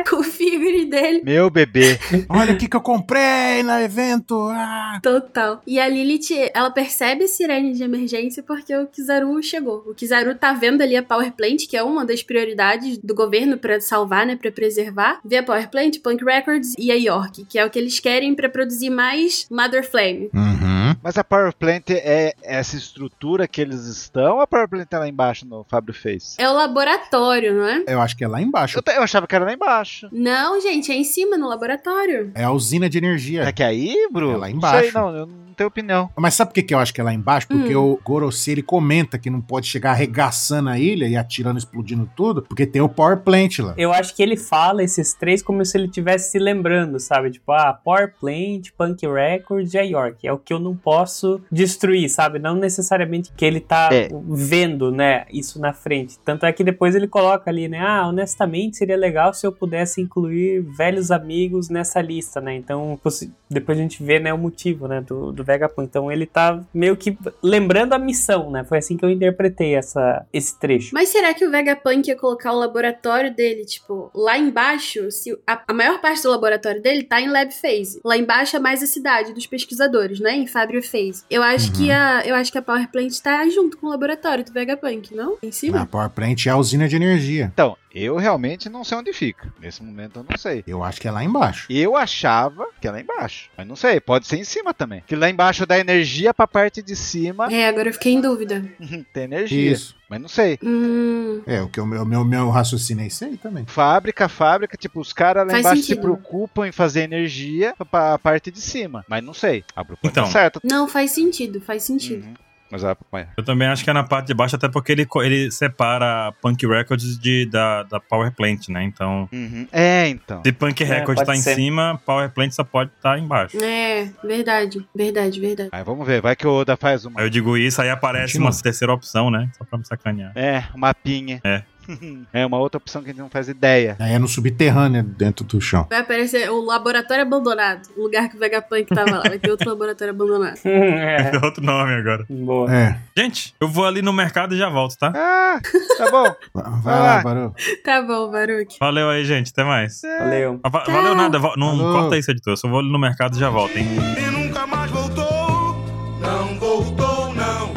[SPEAKER 2] com o figure dele.
[SPEAKER 5] Meu bebê.
[SPEAKER 1] Olha o que que eu comprei no evento. Ah.
[SPEAKER 2] Total. E a Lilith, ela percebe a sirene de emergência porque o Kizaru chegou. O Kizaru tá vendo ali a Power Plant, que é uma das prioridades do governo pra salvar, né, Pra preservar. Vê a Power Plant, Punk Records e a York, que é o que eles querem pra produzir mais Mother Flame.
[SPEAKER 1] Uhum.
[SPEAKER 5] Mas a Power Plant é essa estrutura que eles estão ou a Power Plant é lá embaixo no Fábio fez?
[SPEAKER 2] É o laboratório, não é?
[SPEAKER 1] Eu acho que é lá embaixo.
[SPEAKER 5] Eu, te- eu achava que era lá embaixo.
[SPEAKER 2] Não, gente, é em cima no laboratório.
[SPEAKER 1] É a usina de
[SPEAKER 5] É,
[SPEAKER 1] energia.
[SPEAKER 5] que aí, Bruno?
[SPEAKER 1] É lá embaixo.
[SPEAKER 5] Não sei, não, eu não tenho opinião.
[SPEAKER 1] Mas sabe por que, que eu acho que é lá embaixo? Porque
[SPEAKER 2] Hum.
[SPEAKER 1] o Gorosei ele comenta que não pode chegar arregaçando a ilha e atirando, explodindo tudo, porque tem o Power Plant lá.
[SPEAKER 4] Eu acho que ele fala esses três como se ele estivesse se lembrando, sabe? Tipo, ah, Power Plant, Punk Records e a York. É o que eu não posso destruir, sabe? Não necessariamente que ele tá
[SPEAKER 5] É.
[SPEAKER 4] vendo, né, isso na frente. Tanto é que depois ele coloca ali, né? Ah, honestamente, seria legal se eu pudesse incluir velhos amigos nessa lista, né? Então, possi- depois a gente vê, né, o motivo, né, do, do do Vegapunk. Então ele tá meio que lembrando a missão, né? Foi assim que eu interpretei essa, esse trecho.
[SPEAKER 2] Mas será que o Vegapunk ia colocar o laboratório dele, tipo, lá embaixo, se a, a maior parte do laboratório dele tá em Lab Phase. Lá embaixo é mais a cidade dos pesquisadores, né? Em Fabrio Phase. Eu acho
[SPEAKER 1] Uhum.
[SPEAKER 2] que a eu acho que a Power Plant tá junto com o laboratório do Vegapunk, não? Em
[SPEAKER 1] A
[SPEAKER 2] cima?
[SPEAKER 1] Power Plant é a usina de energia.
[SPEAKER 5] Então, eu realmente não sei onde fica. Nesse momento eu não sei.
[SPEAKER 1] Eu acho que é lá embaixo.
[SPEAKER 5] Eu achava que é lá embaixo. Mas não sei, pode ser em cima também. Que lá embaixo dá energia pra parte de cima
[SPEAKER 2] É, agora eu fiquei em dúvida.
[SPEAKER 5] tem energia.
[SPEAKER 1] Isso.
[SPEAKER 5] Mas não sei.
[SPEAKER 2] Hum,
[SPEAKER 1] É, o que o meu, meu, meu raciocínio é isso aí também.
[SPEAKER 5] Fábrica, fábrica, tipo, os caras lá
[SPEAKER 2] Faz
[SPEAKER 5] embaixo se
[SPEAKER 2] sentido.
[SPEAKER 5] preocupam em fazer energia pra parte de cima. Mas não sei. A proposta
[SPEAKER 3] Então.
[SPEAKER 5] tá certa.
[SPEAKER 2] não, faz sentido, faz sentido.
[SPEAKER 5] Uhum. Mas a, mas-
[SPEAKER 3] Eu também acho que é na parte de baixo, até porque ele, co- ele separa a Punk Records de, da, da Power Plant, né? Então,
[SPEAKER 5] Uhum. É, então.
[SPEAKER 3] se Punk Records
[SPEAKER 4] pode
[SPEAKER 3] tá em
[SPEAKER 4] ser. Né?
[SPEAKER 3] cima, Power Plant só pode estar embaixo.
[SPEAKER 2] É, verdade, verdade, verdade.
[SPEAKER 5] Aí vamos ver, vai que o Oda faz uma.
[SPEAKER 3] Aí eu digo isso, aí aparece
[SPEAKER 1] Continua.
[SPEAKER 3] uma terceira opção, né? Só pra me sacanear.
[SPEAKER 5] É, um mapinha.
[SPEAKER 3] É.
[SPEAKER 5] é uma outra opção que a gente não faz ideia.
[SPEAKER 1] Aí é no subterrâneo, dentro do chão.
[SPEAKER 2] Vai aparecer o laboratório abandonado, o lugar que o Vegapunk tava lá. Vai ter outro laboratório abandonado.
[SPEAKER 4] é.
[SPEAKER 3] É outro nome agora.
[SPEAKER 4] Boa.
[SPEAKER 1] É.
[SPEAKER 3] Gente, eu vou ali no mercado e já volto, tá?
[SPEAKER 5] Ah, tá bom.
[SPEAKER 1] Va- Vai lá,
[SPEAKER 5] lá.
[SPEAKER 1] Barulho.
[SPEAKER 2] Tá bom, Baruque.
[SPEAKER 3] Valeu aí, gente. Até mais.
[SPEAKER 4] Valeu.
[SPEAKER 3] Ah, va- Valeu nada. vo- Não
[SPEAKER 1] Falou.
[SPEAKER 3] corta isso, editor. Eu só vou ali no mercado e já volto, hein?
[SPEAKER 6] E nunca mais voltou, não voltou, não.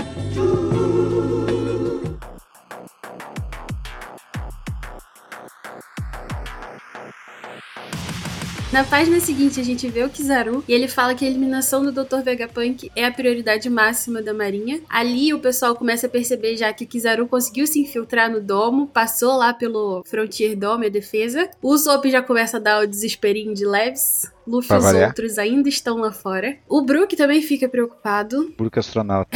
[SPEAKER 2] Na página seguinte, a gente vê o Kizaru e ele fala que a eliminação do Dr. Vegapunk é a prioridade máxima da Marinha. Ali o pessoal começa a perceber já que o Kizaru conseguiu se infiltrar no domo, passou lá pelo Frontier Dome, a defesa. O Usopp já começa a dar o desesperinho de leves. Luffy
[SPEAKER 5] Pra
[SPEAKER 2] e os
[SPEAKER 5] variar.
[SPEAKER 2] outros ainda estão lá fora. O Brook também fica preocupado.
[SPEAKER 5] Público astronauta.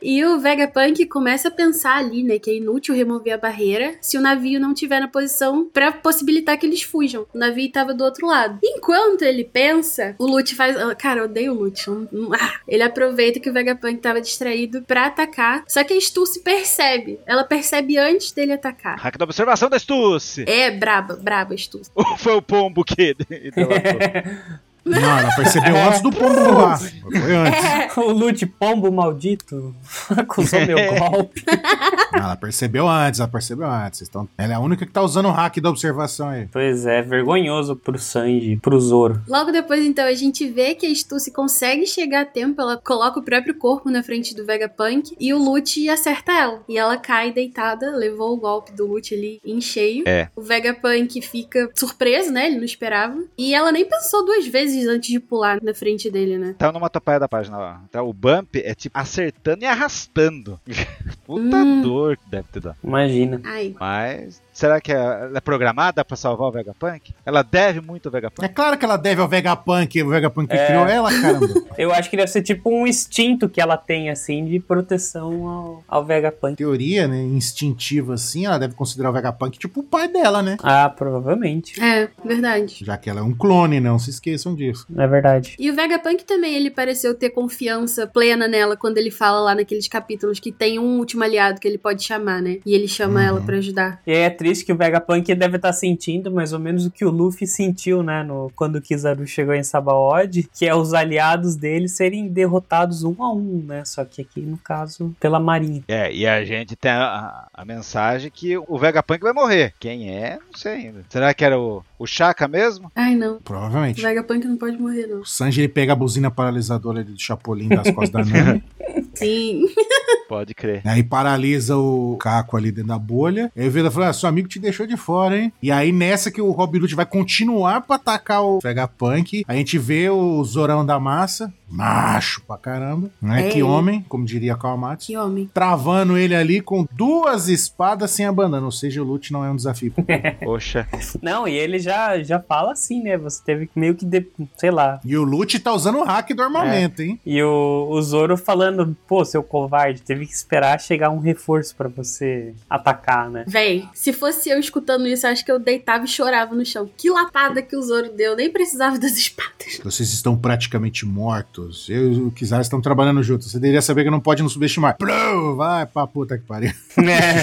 [SPEAKER 2] E o Vegapunk começa a pensar ali, né, que é inútil remover a barreira se o navio não tiver na posição pra possibilitar que eles fujam. O navio tava do outro lado. Enquanto ele pensa, o Lute faz. ah, Cara, eu odeio o Lute. Hum, hum, ah. Ele aproveita que o Vegapunk tava distraído pra atacar. Só que a Stu se percebe. Ela percebe antes dele atacar.
[SPEAKER 5] Hack da observação da Stussy.
[SPEAKER 2] É, braba, braba, Stu.
[SPEAKER 5] Foi o pombo que de- delatou.
[SPEAKER 1] Não, ela percebeu antes do pombo voar. Foi antes.
[SPEAKER 4] O Lute Pombo maldito acusou meu golpe.
[SPEAKER 1] Ela percebeu antes, ela percebeu antes. Então, ela é a única que tá usando o hack da observação aí.
[SPEAKER 4] Pois é, vergonhoso pro Sanji, pro Zoro.
[SPEAKER 2] Logo depois, então, a gente vê que a Stussy consegue chegar a tempo, ela coloca o próprio corpo na frente do Vegapunk e o Lute acerta ela. E ela cai deitada, levou o golpe do Lute ali em cheio.
[SPEAKER 5] É.
[SPEAKER 2] O Vegapunk fica surpreso, né? Ele não esperava. E ela nem pensou duas vezes antes de pular na frente dele, né?
[SPEAKER 5] Tá numa topaia da página lá. Tá, o bump é tipo acertando e arrastando. Puta
[SPEAKER 2] Hum.
[SPEAKER 5] dor que deve ter dado.
[SPEAKER 4] Imagina.
[SPEAKER 2] Ai.
[SPEAKER 5] Mas será que ela é programada pra salvar o Vegapunk? Ela deve muito ao Vegapunk?
[SPEAKER 1] É claro que ela deve ao Vegapunk, o Vegapunk que
[SPEAKER 4] É.
[SPEAKER 1] criou ela, caramba.
[SPEAKER 4] Eu acho que deve ser tipo um instinto que ela tem, assim, de proteção ao, ao Vegapunk.
[SPEAKER 1] Teoria, né, instintiva assim, ela deve considerar o Vegapunk tipo o pai dela, né?
[SPEAKER 4] Ah, provavelmente.
[SPEAKER 2] É, verdade.
[SPEAKER 1] Já que ela é um clone, não se esqueçam disso.
[SPEAKER 4] É verdade.
[SPEAKER 2] E o Vegapunk também, ele pareceu ter confiança plena nela quando ele fala lá naqueles capítulos que tem um último aliado que ele pode chamar, né? E ele chama
[SPEAKER 1] Uhum.
[SPEAKER 2] ela pra ajudar.
[SPEAKER 4] E aí é triste que o Vegapunk deve estar sentindo mais ou menos o que o Luffy sentiu, né? No, quando o Kizaru chegou em Sabaody, que é os aliados dele serem derrotados um a um, né? Só que aqui, no caso, pela Marinha.
[SPEAKER 5] É, e a gente tem a, a- a mensagem que o Vegapunk vai morrer. Quem é, não sei ainda. Será que era o, o Chaka mesmo?
[SPEAKER 2] Ai, não.
[SPEAKER 1] Provavelmente.
[SPEAKER 2] Vegapunk não pode morrer, não.
[SPEAKER 1] O Sanji ele pega a buzina paralisadora do Chapolin das costas da Nami,
[SPEAKER 2] Sim.
[SPEAKER 5] Pode crer.
[SPEAKER 1] aí paralisa o Caco ali dentro da bolha. Aí o Veda fala: ah, seu amigo te deixou de fora, hein? E aí nessa que o Rob Lute vai continuar pra atacar o Vegapunk, a gente vê o Zorão da Massa, macho pra caramba, né?
[SPEAKER 2] É
[SPEAKER 1] Que
[SPEAKER 2] ele.
[SPEAKER 1] homem, como diria Kawamatsu.
[SPEAKER 2] Que homem.
[SPEAKER 1] Travando ele ali com duas espadas sem a bandana. Ou seja, o Lute não é um desafio.
[SPEAKER 5] Poxa.
[SPEAKER 4] Não, e ele já, já fala assim, né? Você teve que meio que. de- sei lá.
[SPEAKER 1] E o Lute tá usando o hack do armamento, hein?
[SPEAKER 4] E o, o Zoro falando, pô, seu covarde, teve que esperar chegar um reforço pra você atacar, né?
[SPEAKER 2] Véi, se fosse eu escutando isso, eu acho que eu deitava e chorava no chão. Que lapada que o Zoro deu. Nem precisava das espadas.
[SPEAKER 1] seguinte: vocês estão praticamente mortos. Eu e o Kizaru estão trabalhando juntos. Você deveria saber que não pode nos subestimar. Plum, vai pra puta que pariu.
[SPEAKER 4] É.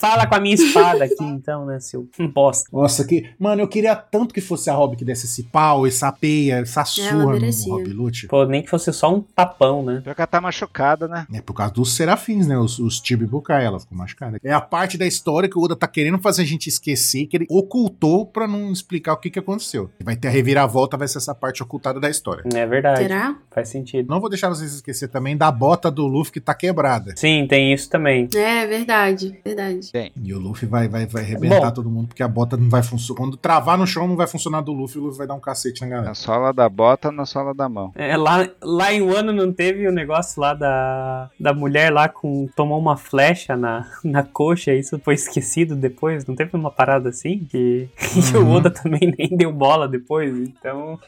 [SPEAKER 4] Fala com a minha espada aqui, então, né, seu bosta.
[SPEAKER 1] Nossa, que. Mano, eu queria tanto que fosse a Rob que desse esse pau, essa peia, essa surra no
[SPEAKER 2] merecia.
[SPEAKER 1] Rob Lute.
[SPEAKER 4] Pô, nem que fosse só um tapão, né?
[SPEAKER 5] Pior que ela tá machucada, né?
[SPEAKER 1] É por causa dos serafins, né? Os, os Tibibukai, ela ficou machucada. É a parte da história que o Oda tá querendo fazer a gente esquecer, que ele ocultou pra não explicar o que que aconteceu. Vai ter a reviravolta, vai ser essa parte ocultada da história.
[SPEAKER 4] É verdade.
[SPEAKER 2] Será?
[SPEAKER 4] Faz sentido.
[SPEAKER 1] Não vou deixar vocês esquecer também da bota do Luffy que tá quebrada.
[SPEAKER 4] Sim, tem isso também.
[SPEAKER 2] É, verdade, verdade.
[SPEAKER 1] E o Luffy vai, vai, vai arrebentar
[SPEAKER 4] Bom.
[SPEAKER 1] todo mundo, porque a bota não vai funcionar. Quando travar no chão, não vai funcionar do Luffy, o Luffy vai dar um cacete na galera.
[SPEAKER 5] Na sola da bota, na sola da mão.
[SPEAKER 4] É, lá, lá em Wano não teve o negócio lá da, da mulher lá com tomou uma flecha na, na coxa, isso foi esquecido depois, não teve uma parada assim que, que o
[SPEAKER 1] Uhum.
[SPEAKER 4] Oda também nem deu bola depois, então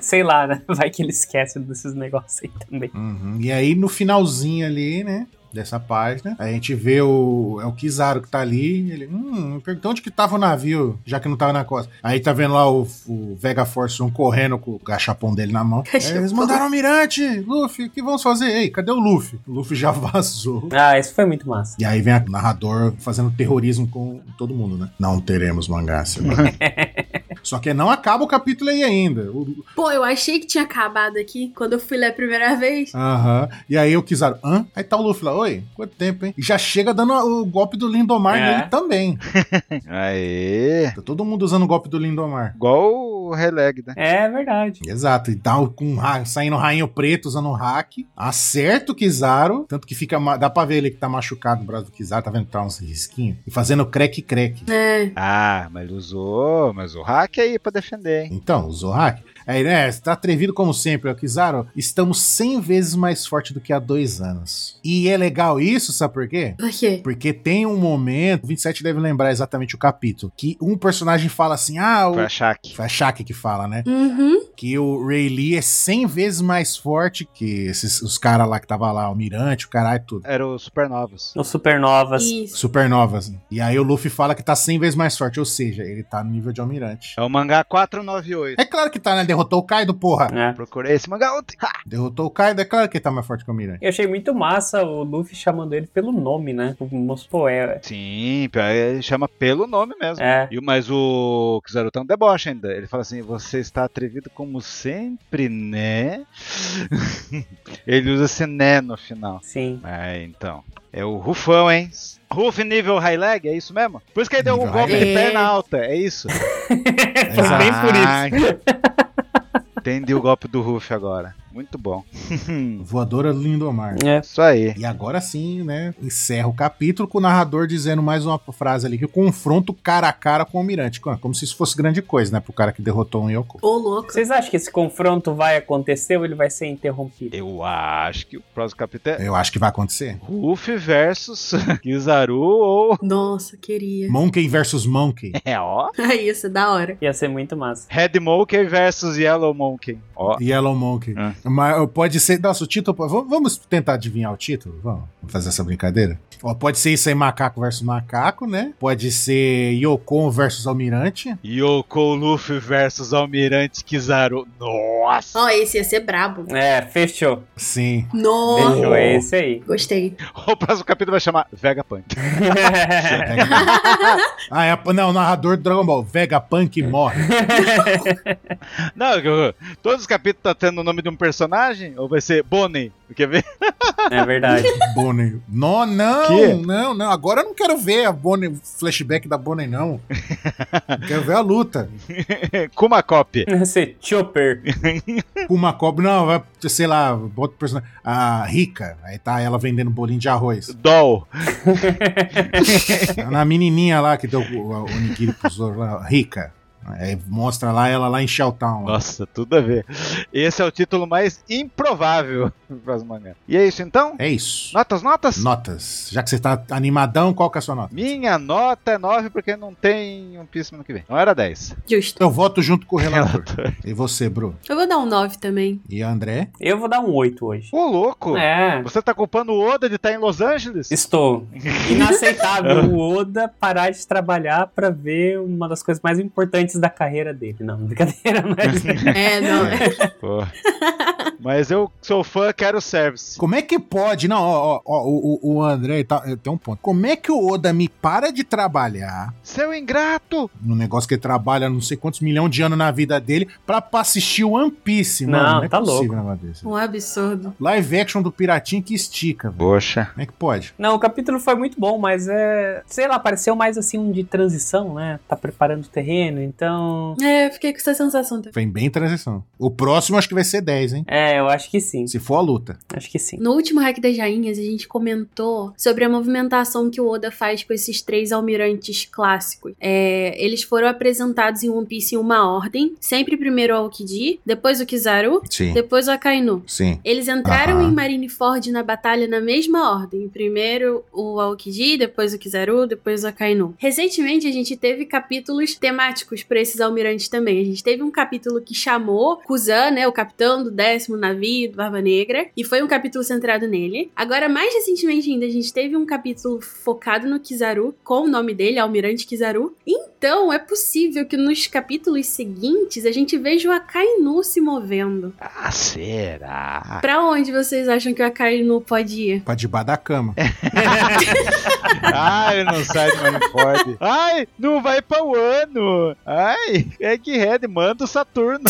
[SPEAKER 4] sei lá, né? Vai que ele esquece desses negócios aí também.
[SPEAKER 1] Uhum. E aí, no finalzinho ali, né? Dessa página, a gente vê o. É o Kizaru que tá ali. Ele. Hum, me perguntou onde que tava o navio, já que não tava na costa. Aí tá vendo lá o, o Vega Force 1 correndo com o gachapão dele na mão.
[SPEAKER 2] Gachapão.
[SPEAKER 1] É, eles mandaram o almirante! Luffy, o que vamos fazer? Ei, cadê o Luffy? O Luffy já vazou.
[SPEAKER 4] Ah, isso foi muito massa.
[SPEAKER 1] E aí vem o narrador fazendo terrorismo com todo mundo, né? Não teremos mangá, semana. Só que não acaba o capítulo aí ainda. O,
[SPEAKER 2] Pô, eu achei que tinha acabado aqui quando eu fui ler a primeira vez.
[SPEAKER 1] Aham. E aí o Kizaru, hã? Aí tá o Luffy lá, oi, quanto tempo, hein? E já chega dando o golpe do Lindomar
[SPEAKER 4] É.
[SPEAKER 1] nele também.
[SPEAKER 5] Aê!
[SPEAKER 1] Tá todo mundo usando o golpe do Lindomar.
[SPEAKER 5] Igual o Releg, né?
[SPEAKER 4] É verdade.
[SPEAKER 1] Exato, e dá o- com, o ra- saindo o rainho preto usando o hack. Acerta o Kizaru, tanto que fica. ma- Dá pra ver ele que tá machucado no braço do Kizaru, tá vendo que tá uns risquinhos? E fazendo crack-crack.
[SPEAKER 2] É.
[SPEAKER 5] Ah, mas ele usou, mas o hack aí pra defender, hein?
[SPEAKER 1] Então, usou hack. Aí, né, você tá atrevido como sempre, ó, Kizaru. Estamos 100 vezes mais forte do que há dois anos. E é legal isso, sabe por quê?
[SPEAKER 2] Por quê?
[SPEAKER 1] Porque tem um momento, 27 deve lembrar exatamente o capítulo, que um personagem fala assim: ah, o.
[SPEAKER 5] Foi a Shaq.
[SPEAKER 1] Foi a Shaq que fala, né?
[SPEAKER 2] Uhum.
[SPEAKER 1] Que o Ray Lee é 100 vezes mais forte que esses, os caras lá que tava lá, o Mirante, o caralho, tudo.
[SPEAKER 5] Era o Supernovas.
[SPEAKER 4] Os supernovas.
[SPEAKER 2] Isso.
[SPEAKER 1] Supernovas. né? E aí o Luffy fala que tá 100 vezes mais forte, ou seja, ele tá no nível de Almirante.
[SPEAKER 5] É o mangá 498.
[SPEAKER 1] É claro que tá, né? Derrotou o Kaido, porra.
[SPEAKER 4] né?
[SPEAKER 5] Procurei esse mangá ontem. Ha!
[SPEAKER 1] Derrotou o Kaido, é claro que ele tá mais forte que o Almirante.
[SPEAKER 4] Eu achei muito massa o Luffy chamando ele pelo nome, né? O moço, pô, é.
[SPEAKER 5] Sim, pior, ele chama pelo nome mesmo.
[SPEAKER 4] É.
[SPEAKER 5] E, o- mas o Kizaru tá um deboche ainda. Ele fala assim: você está atrevido como sempre, né? ele usa esse né no final.
[SPEAKER 4] Sim.
[SPEAKER 5] É, então. É o Rufão, hein? Ruf nível high leg, é isso mesmo? Por isso que ele deu um
[SPEAKER 1] Nível
[SPEAKER 5] golpe
[SPEAKER 2] high
[SPEAKER 5] de
[SPEAKER 2] leg.
[SPEAKER 5] perna alta, é isso?
[SPEAKER 4] Foi É bem por isso.
[SPEAKER 5] Ah, Entendi o golpe do Ruf agora. Muito bom.
[SPEAKER 1] Voadora do Lindomar.
[SPEAKER 4] É.
[SPEAKER 5] Isso aí.
[SPEAKER 1] E agora sim, né? Encerra o capítulo com o narrador dizendo mais uma frase ali: que o confronto cara a cara com o Almirante. Como como se isso fosse grande coisa, né? Pro cara que derrotou um Yoko.
[SPEAKER 2] Ô, louco.
[SPEAKER 4] Vocês acham que esse confronto vai acontecer ou ele vai ser interrompido?
[SPEAKER 5] Eu acho que o próximo capítulo é
[SPEAKER 1] Eu acho que vai acontecer.
[SPEAKER 5] Ruf versus Kizaru ou.
[SPEAKER 2] Nossa, queria.
[SPEAKER 1] Monkey versus Monkey.
[SPEAKER 5] É, ó.
[SPEAKER 2] Aí, isso é da hora.
[SPEAKER 4] Ia ser muito massa.
[SPEAKER 5] Red Monkey versus Yellow Monkey. Ó.
[SPEAKER 1] Yellow Monkey.
[SPEAKER 5] É.
[SPEAKER 1] Mas pode ser. Nossa, o título. v- Vamos tentar adivinhar o título? Vamos Vamos fazer essa brincadeira? Ó, pode ser isso aí: macaco versus macaco, né? Pode ser Yokon versus Almirante.
[SPEAKER 5] Yoko Luffy versus Almirante Kizaru. Nossa!
[SPEAKER 2] Ó, esse ia ser brabo.
[SPEAKER 4] É, fechou.
[SPEAKER 1] Sim.
[SPEAKER 2] Nossa.
[SPEAKER 4] Fechou, é esse aí.
[SPEAKER 2] Gostei.
[SPEAKER 5] O próximo capítulo vai chamar Vegapunk.
[SPEAKER 1] ah, é, a- não, o narrador do Dragon Ball. Vegapunk morre.
[SPEAKER 5] Não, eu- todos os capítulos tá tendo o nome de um personagem? Ou vai ser Bonnie? Quer ver?
[SPEAKER 4] é verdade.
[SPEAKER 1] Bonnie. Não, não,
[SPEAKER 5] Que?
[SPEAKER 1] não, não. Agora eu não quero ver a Bonnie, flashback da Bonnie, não. Eu quero ver a luta.
[SPEAKER 5] Kuma Cop.
[SPEAKER 4] Ia ser Chopper.
[SPEAKER 1] Com uma cobra, não, vai, sei lá, bota o personagem. A Rica, aí tá ela vendendo bolinho de arroz.
[SPEAKER 5] Doll.
[SPEAKER 1] Na menininha lá que deu o, o onigiri pro Zoro lá, Rica. Aí mostra lá ela lá em Shelltown.
[SPEAKER 5] Nossa, tudo a ver. Esse é o título mais improvável para os mangá. E é isso então?
[SPEAKER 1] É isso.
[SPEAKER 5] Notas, notas?
[SPEAKER 1] Notas. Já que você tá animadão, qual que é a sua nota?
[SPEAKER 5] Minha nota é 9 porque não tem um piso ano que vem. Não era 10.
[SPEAKER 2] Justo.
[SPEAKER 1] Eu voto junto com o relator. E você, Bru?
[SPEAKER 2] Eu vou dar um 9 também.
[SPEAKER 1] E André?
[SPEAKER 4] Eu vou dar um 8 hoje.
[SPEAKER 5] Ô, louco!
[SPEAKER 4] É.
[SPEAKER 5] Você tá culpando o Oda de estar em Los Angeles?
[SPEAKER 4] Estou. Inaceitável o Oda parar de trabalhar pra ver uma das coisas mais importantes antes da carreira dele. Não, brincadeira, mas.
[SPEAKER 2] É, não.
[SPEAKER 5] Pô. Mas eu sou fã, quero service.
[SPEAKER 1] Como é que pode? Não, ó, ó, ó, o, o- o André tá, tem um ponto. Como é que o Oda me para de trabalhar
[SPEAKER 5] Seu ingrato!
[SPEAKER 1] no negócio que ele trabalha não sei quantos milhões de anos na vida dele pra, pra assistir One Piece, mano?
[SPEAKER 4] Não,
[SPEAKER 1] é
[SPEAKER 4] tá
[SPEAKER 1] possível
[SPEAKER 4] louco.
[SPEAKER 1] um negócio desse.
[SPEAKER 2] Um absurdo.
[SPEAKER 1] Live action do Piratinho que estica, velho.
[SPEAKER 5] Poxa.
[SPEAKER 1] Como é que pode?
[SPEAKER 4] Não, o capítulo foi muito bom, mas é. Sei lá, pareceu mais assim um de transição, né? Tá preparando o terreno, então.
[SPEAKER 2] É, eu fiquei com essa sensação. também.
[SPEAKER 1] Foi bem transição. O próximo acho que vai ser 10, hein?
[SPEAKER 4] É, eu acho que sim.
[SPEAKER 1] Se for a luta.
[SPEAKER 4] Acho que sim.
[SPEAKER 2] No último Hack das Rainhas, a gente comentou sobre a movimentação que o Oda faz com esses três almirantes clássicos. É, eles foram apresentados em One Piece em uma ordem, sempre primeiro o Aokiji, depois o Kizaru,
[SPEAKER 1] Sim.
[SPEAKER 2] depois o Akainu.
[SPEAKER 1] Sim.
[SPEAKER 2] Eles entraram
[SPEAKER 1] Aham.
[SPEAKER 2] em Marineford na batalha na mesma ordem. Primeiro o Aokiji, depois o Kizaru, depois o Akainu. Recentemente a gente teve capítulos temáticos pra esses almirantes também. A gente teve um capítulo que chamou Kuzan, né, o capitão do décimo navio do Barba Negra, e foi um capítulo centrado nele. Agora, mais recentemente ainda, a gente teve um capítulo focado no Kizaru, com o nome dele, Almirante Kizaru. Então, é possível que nos capítulos seguintes a gente veja o Akainu se movendo.
[SPEAKER 5] Ah, será?
[SPEAKER 2] Pra onde vocês acham que o Akainu pode ir?
[SPEAKER 1] Pra debaixo da cama.
[SPEAKER 5] Ai, não sai do Manifold. Ai, não vai pra o ano. Ai, Egghead, manda o Saturno.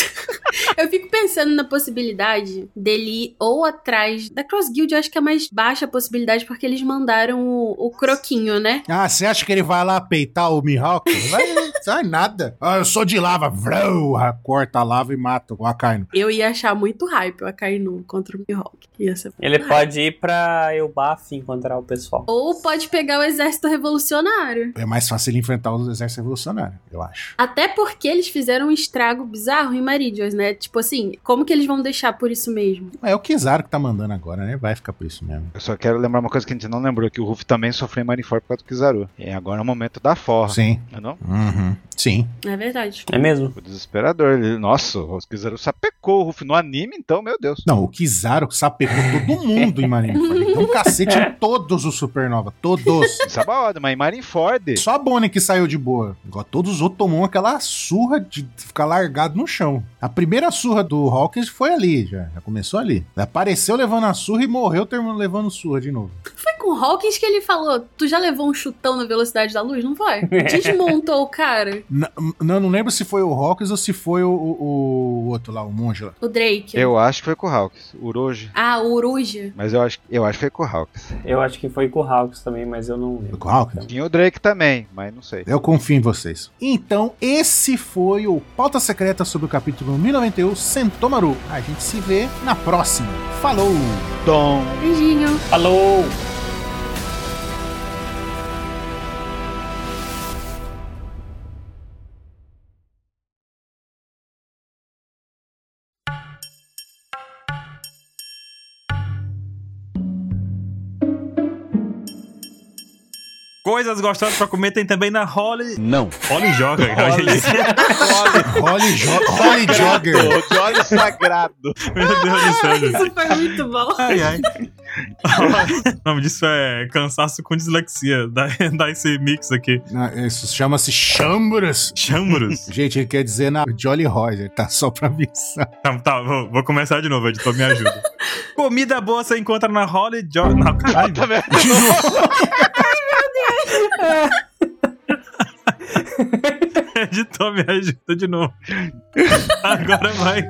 [SPEAKER 2] Eu fico pensando na possibilidade dele ir ou atrás da Cross Guild, eu acho que é mais baixa a possibilidade porque eles mandaram o, o croquinho, né?
[SPEAKER 1] Ah, você acha que ele vai lá peitar o Mihawk? Vai, sai nada. Ah, eu sou de lava. Vrou, corta a lava e mata o Akainu.
[SPEAKER 2] Eu ia achar muito hype o Akainu contra o Mihawk. Ia ser-
[SPEAKER 4] Ele pode ir pra Elbaf encontrar o pessoal.
[SPEAKER 2] Ou pode pegar o exército revolucionário.
[SPEAKER 1] É mais fácil ele enfrentar os exércitos revolucionários, eu acho.
[SPEAKER 2] Até porque eles fizeram um estrago bizarro em Maridios, né? Tipo assim, como que eles vão deixar por isso mesmo?
[SPEAKER 1] É o Kizaru que tá mandando agora, né? Vai ficar por isso mesmo.
[SPEAKER 5] Eu só quero lembrar uma coisa que a gente não lembrou, que o Ruff também sofreu em Manifold por causa do Kizaru. E agora é o momento da forra,
[SPEAKER 1] Sim.
[SPEAKER 5] não é não?
[SPEAKER 1] Uhum. Sim.
[SPEAKER 2] É verdade.
[SPEAKER 4] É mesmo?
[SPEAKER 5] Foi desesperador. Ele, nossa, o Kizaru sapecou o Ruff no anime, então, meu Deus.
[SPEAKER 1] Não, o Kizaru sapecou todo mundo em Marineford. Ele deu um cacete em todos os Supernova. Todos.
[SPEAKER 5] Sabaoda, mas em Marineford...
[SPEAKER 1] Só a Bonnie que saiu de boa. Igual todos os outros tomou aquela surra de ficar largado no chão. A primeira surra do Hawkins foi ali, já. Já começou ali. Apareceu levando a surra e morreu terminando levando surra de novo.
[SPEAKER 2] Foi com o Hawkins que ele falou: Tu já levou um chutão na velocidade da luz? Não foi? Desmontou o cara.
[SPEAKER 1] N- Não, não lembro se foi o Hawkins ou se foi o, o- o outro lá, o monge lá.
[SPEAKER 2] O Drake.
[SPEAKER 5] Eu acho que foi com o Hawks, Uroji.
[SPEAKER 2] Ah, o Uruja.
[SPEAKER 5] Mas eu acho, eu acho que foi com o Hawks.
[SPEAKER 4] Eu acho que foi com o Hawks também, mas eu não
[SPEAKER 1] Foi
[SPEAKER 4] lembro.
[SPEAKER 1] com o Hawkins?
[SPEAKER 5] Tinha o Drake também, mas não sei.
[SPEAKER 1] Eu confio em vocês. Então, esse foi o Pauta Secreta sobre o capítulo 1091 Sentomaru. A gente se vê na próxima. Falou!
[SPEAKER 5] Dom.
[SPEAKER 2] Beijinho.
[SPEAKER 4] Falou!
[SPEAKER 3] Coisas gostosas pra comer tem também na Holly.
[SPEAKER 8] Não.
[SPEAKER 3] Holly joga, cara.
[SPEAKER 1] Holly, jo Holly Jogger.
[SPEAKER 5] Sagrado, de óleo sagrado.
[SPEAKER 3] Meu Deus do céu, gente.
[SPEAKER 7] Isso foi muito bom.
[SPEAKER 3] Ai, ai. o nome disso é cansaço com dislexia. Dá, dá esse mix aqui.
[SPEAKER 1] Não, Isso chama-se Chambras.
[SPEAKER 3] Chambros.
[SPEAKER 1] Gente, ele quer dizer na Jolly Roger, tá? Só pra avisar.
[SPEAKER 3] Tá, tá, vou, vou começar de novo, editor, me ajuda. Comida boa você encontra na Holly Joga. Não, caralho.
[SPEAKER 5] Tá vendo?
[SPEAKER 3] Editor, me ajuda de novo. Agora vai.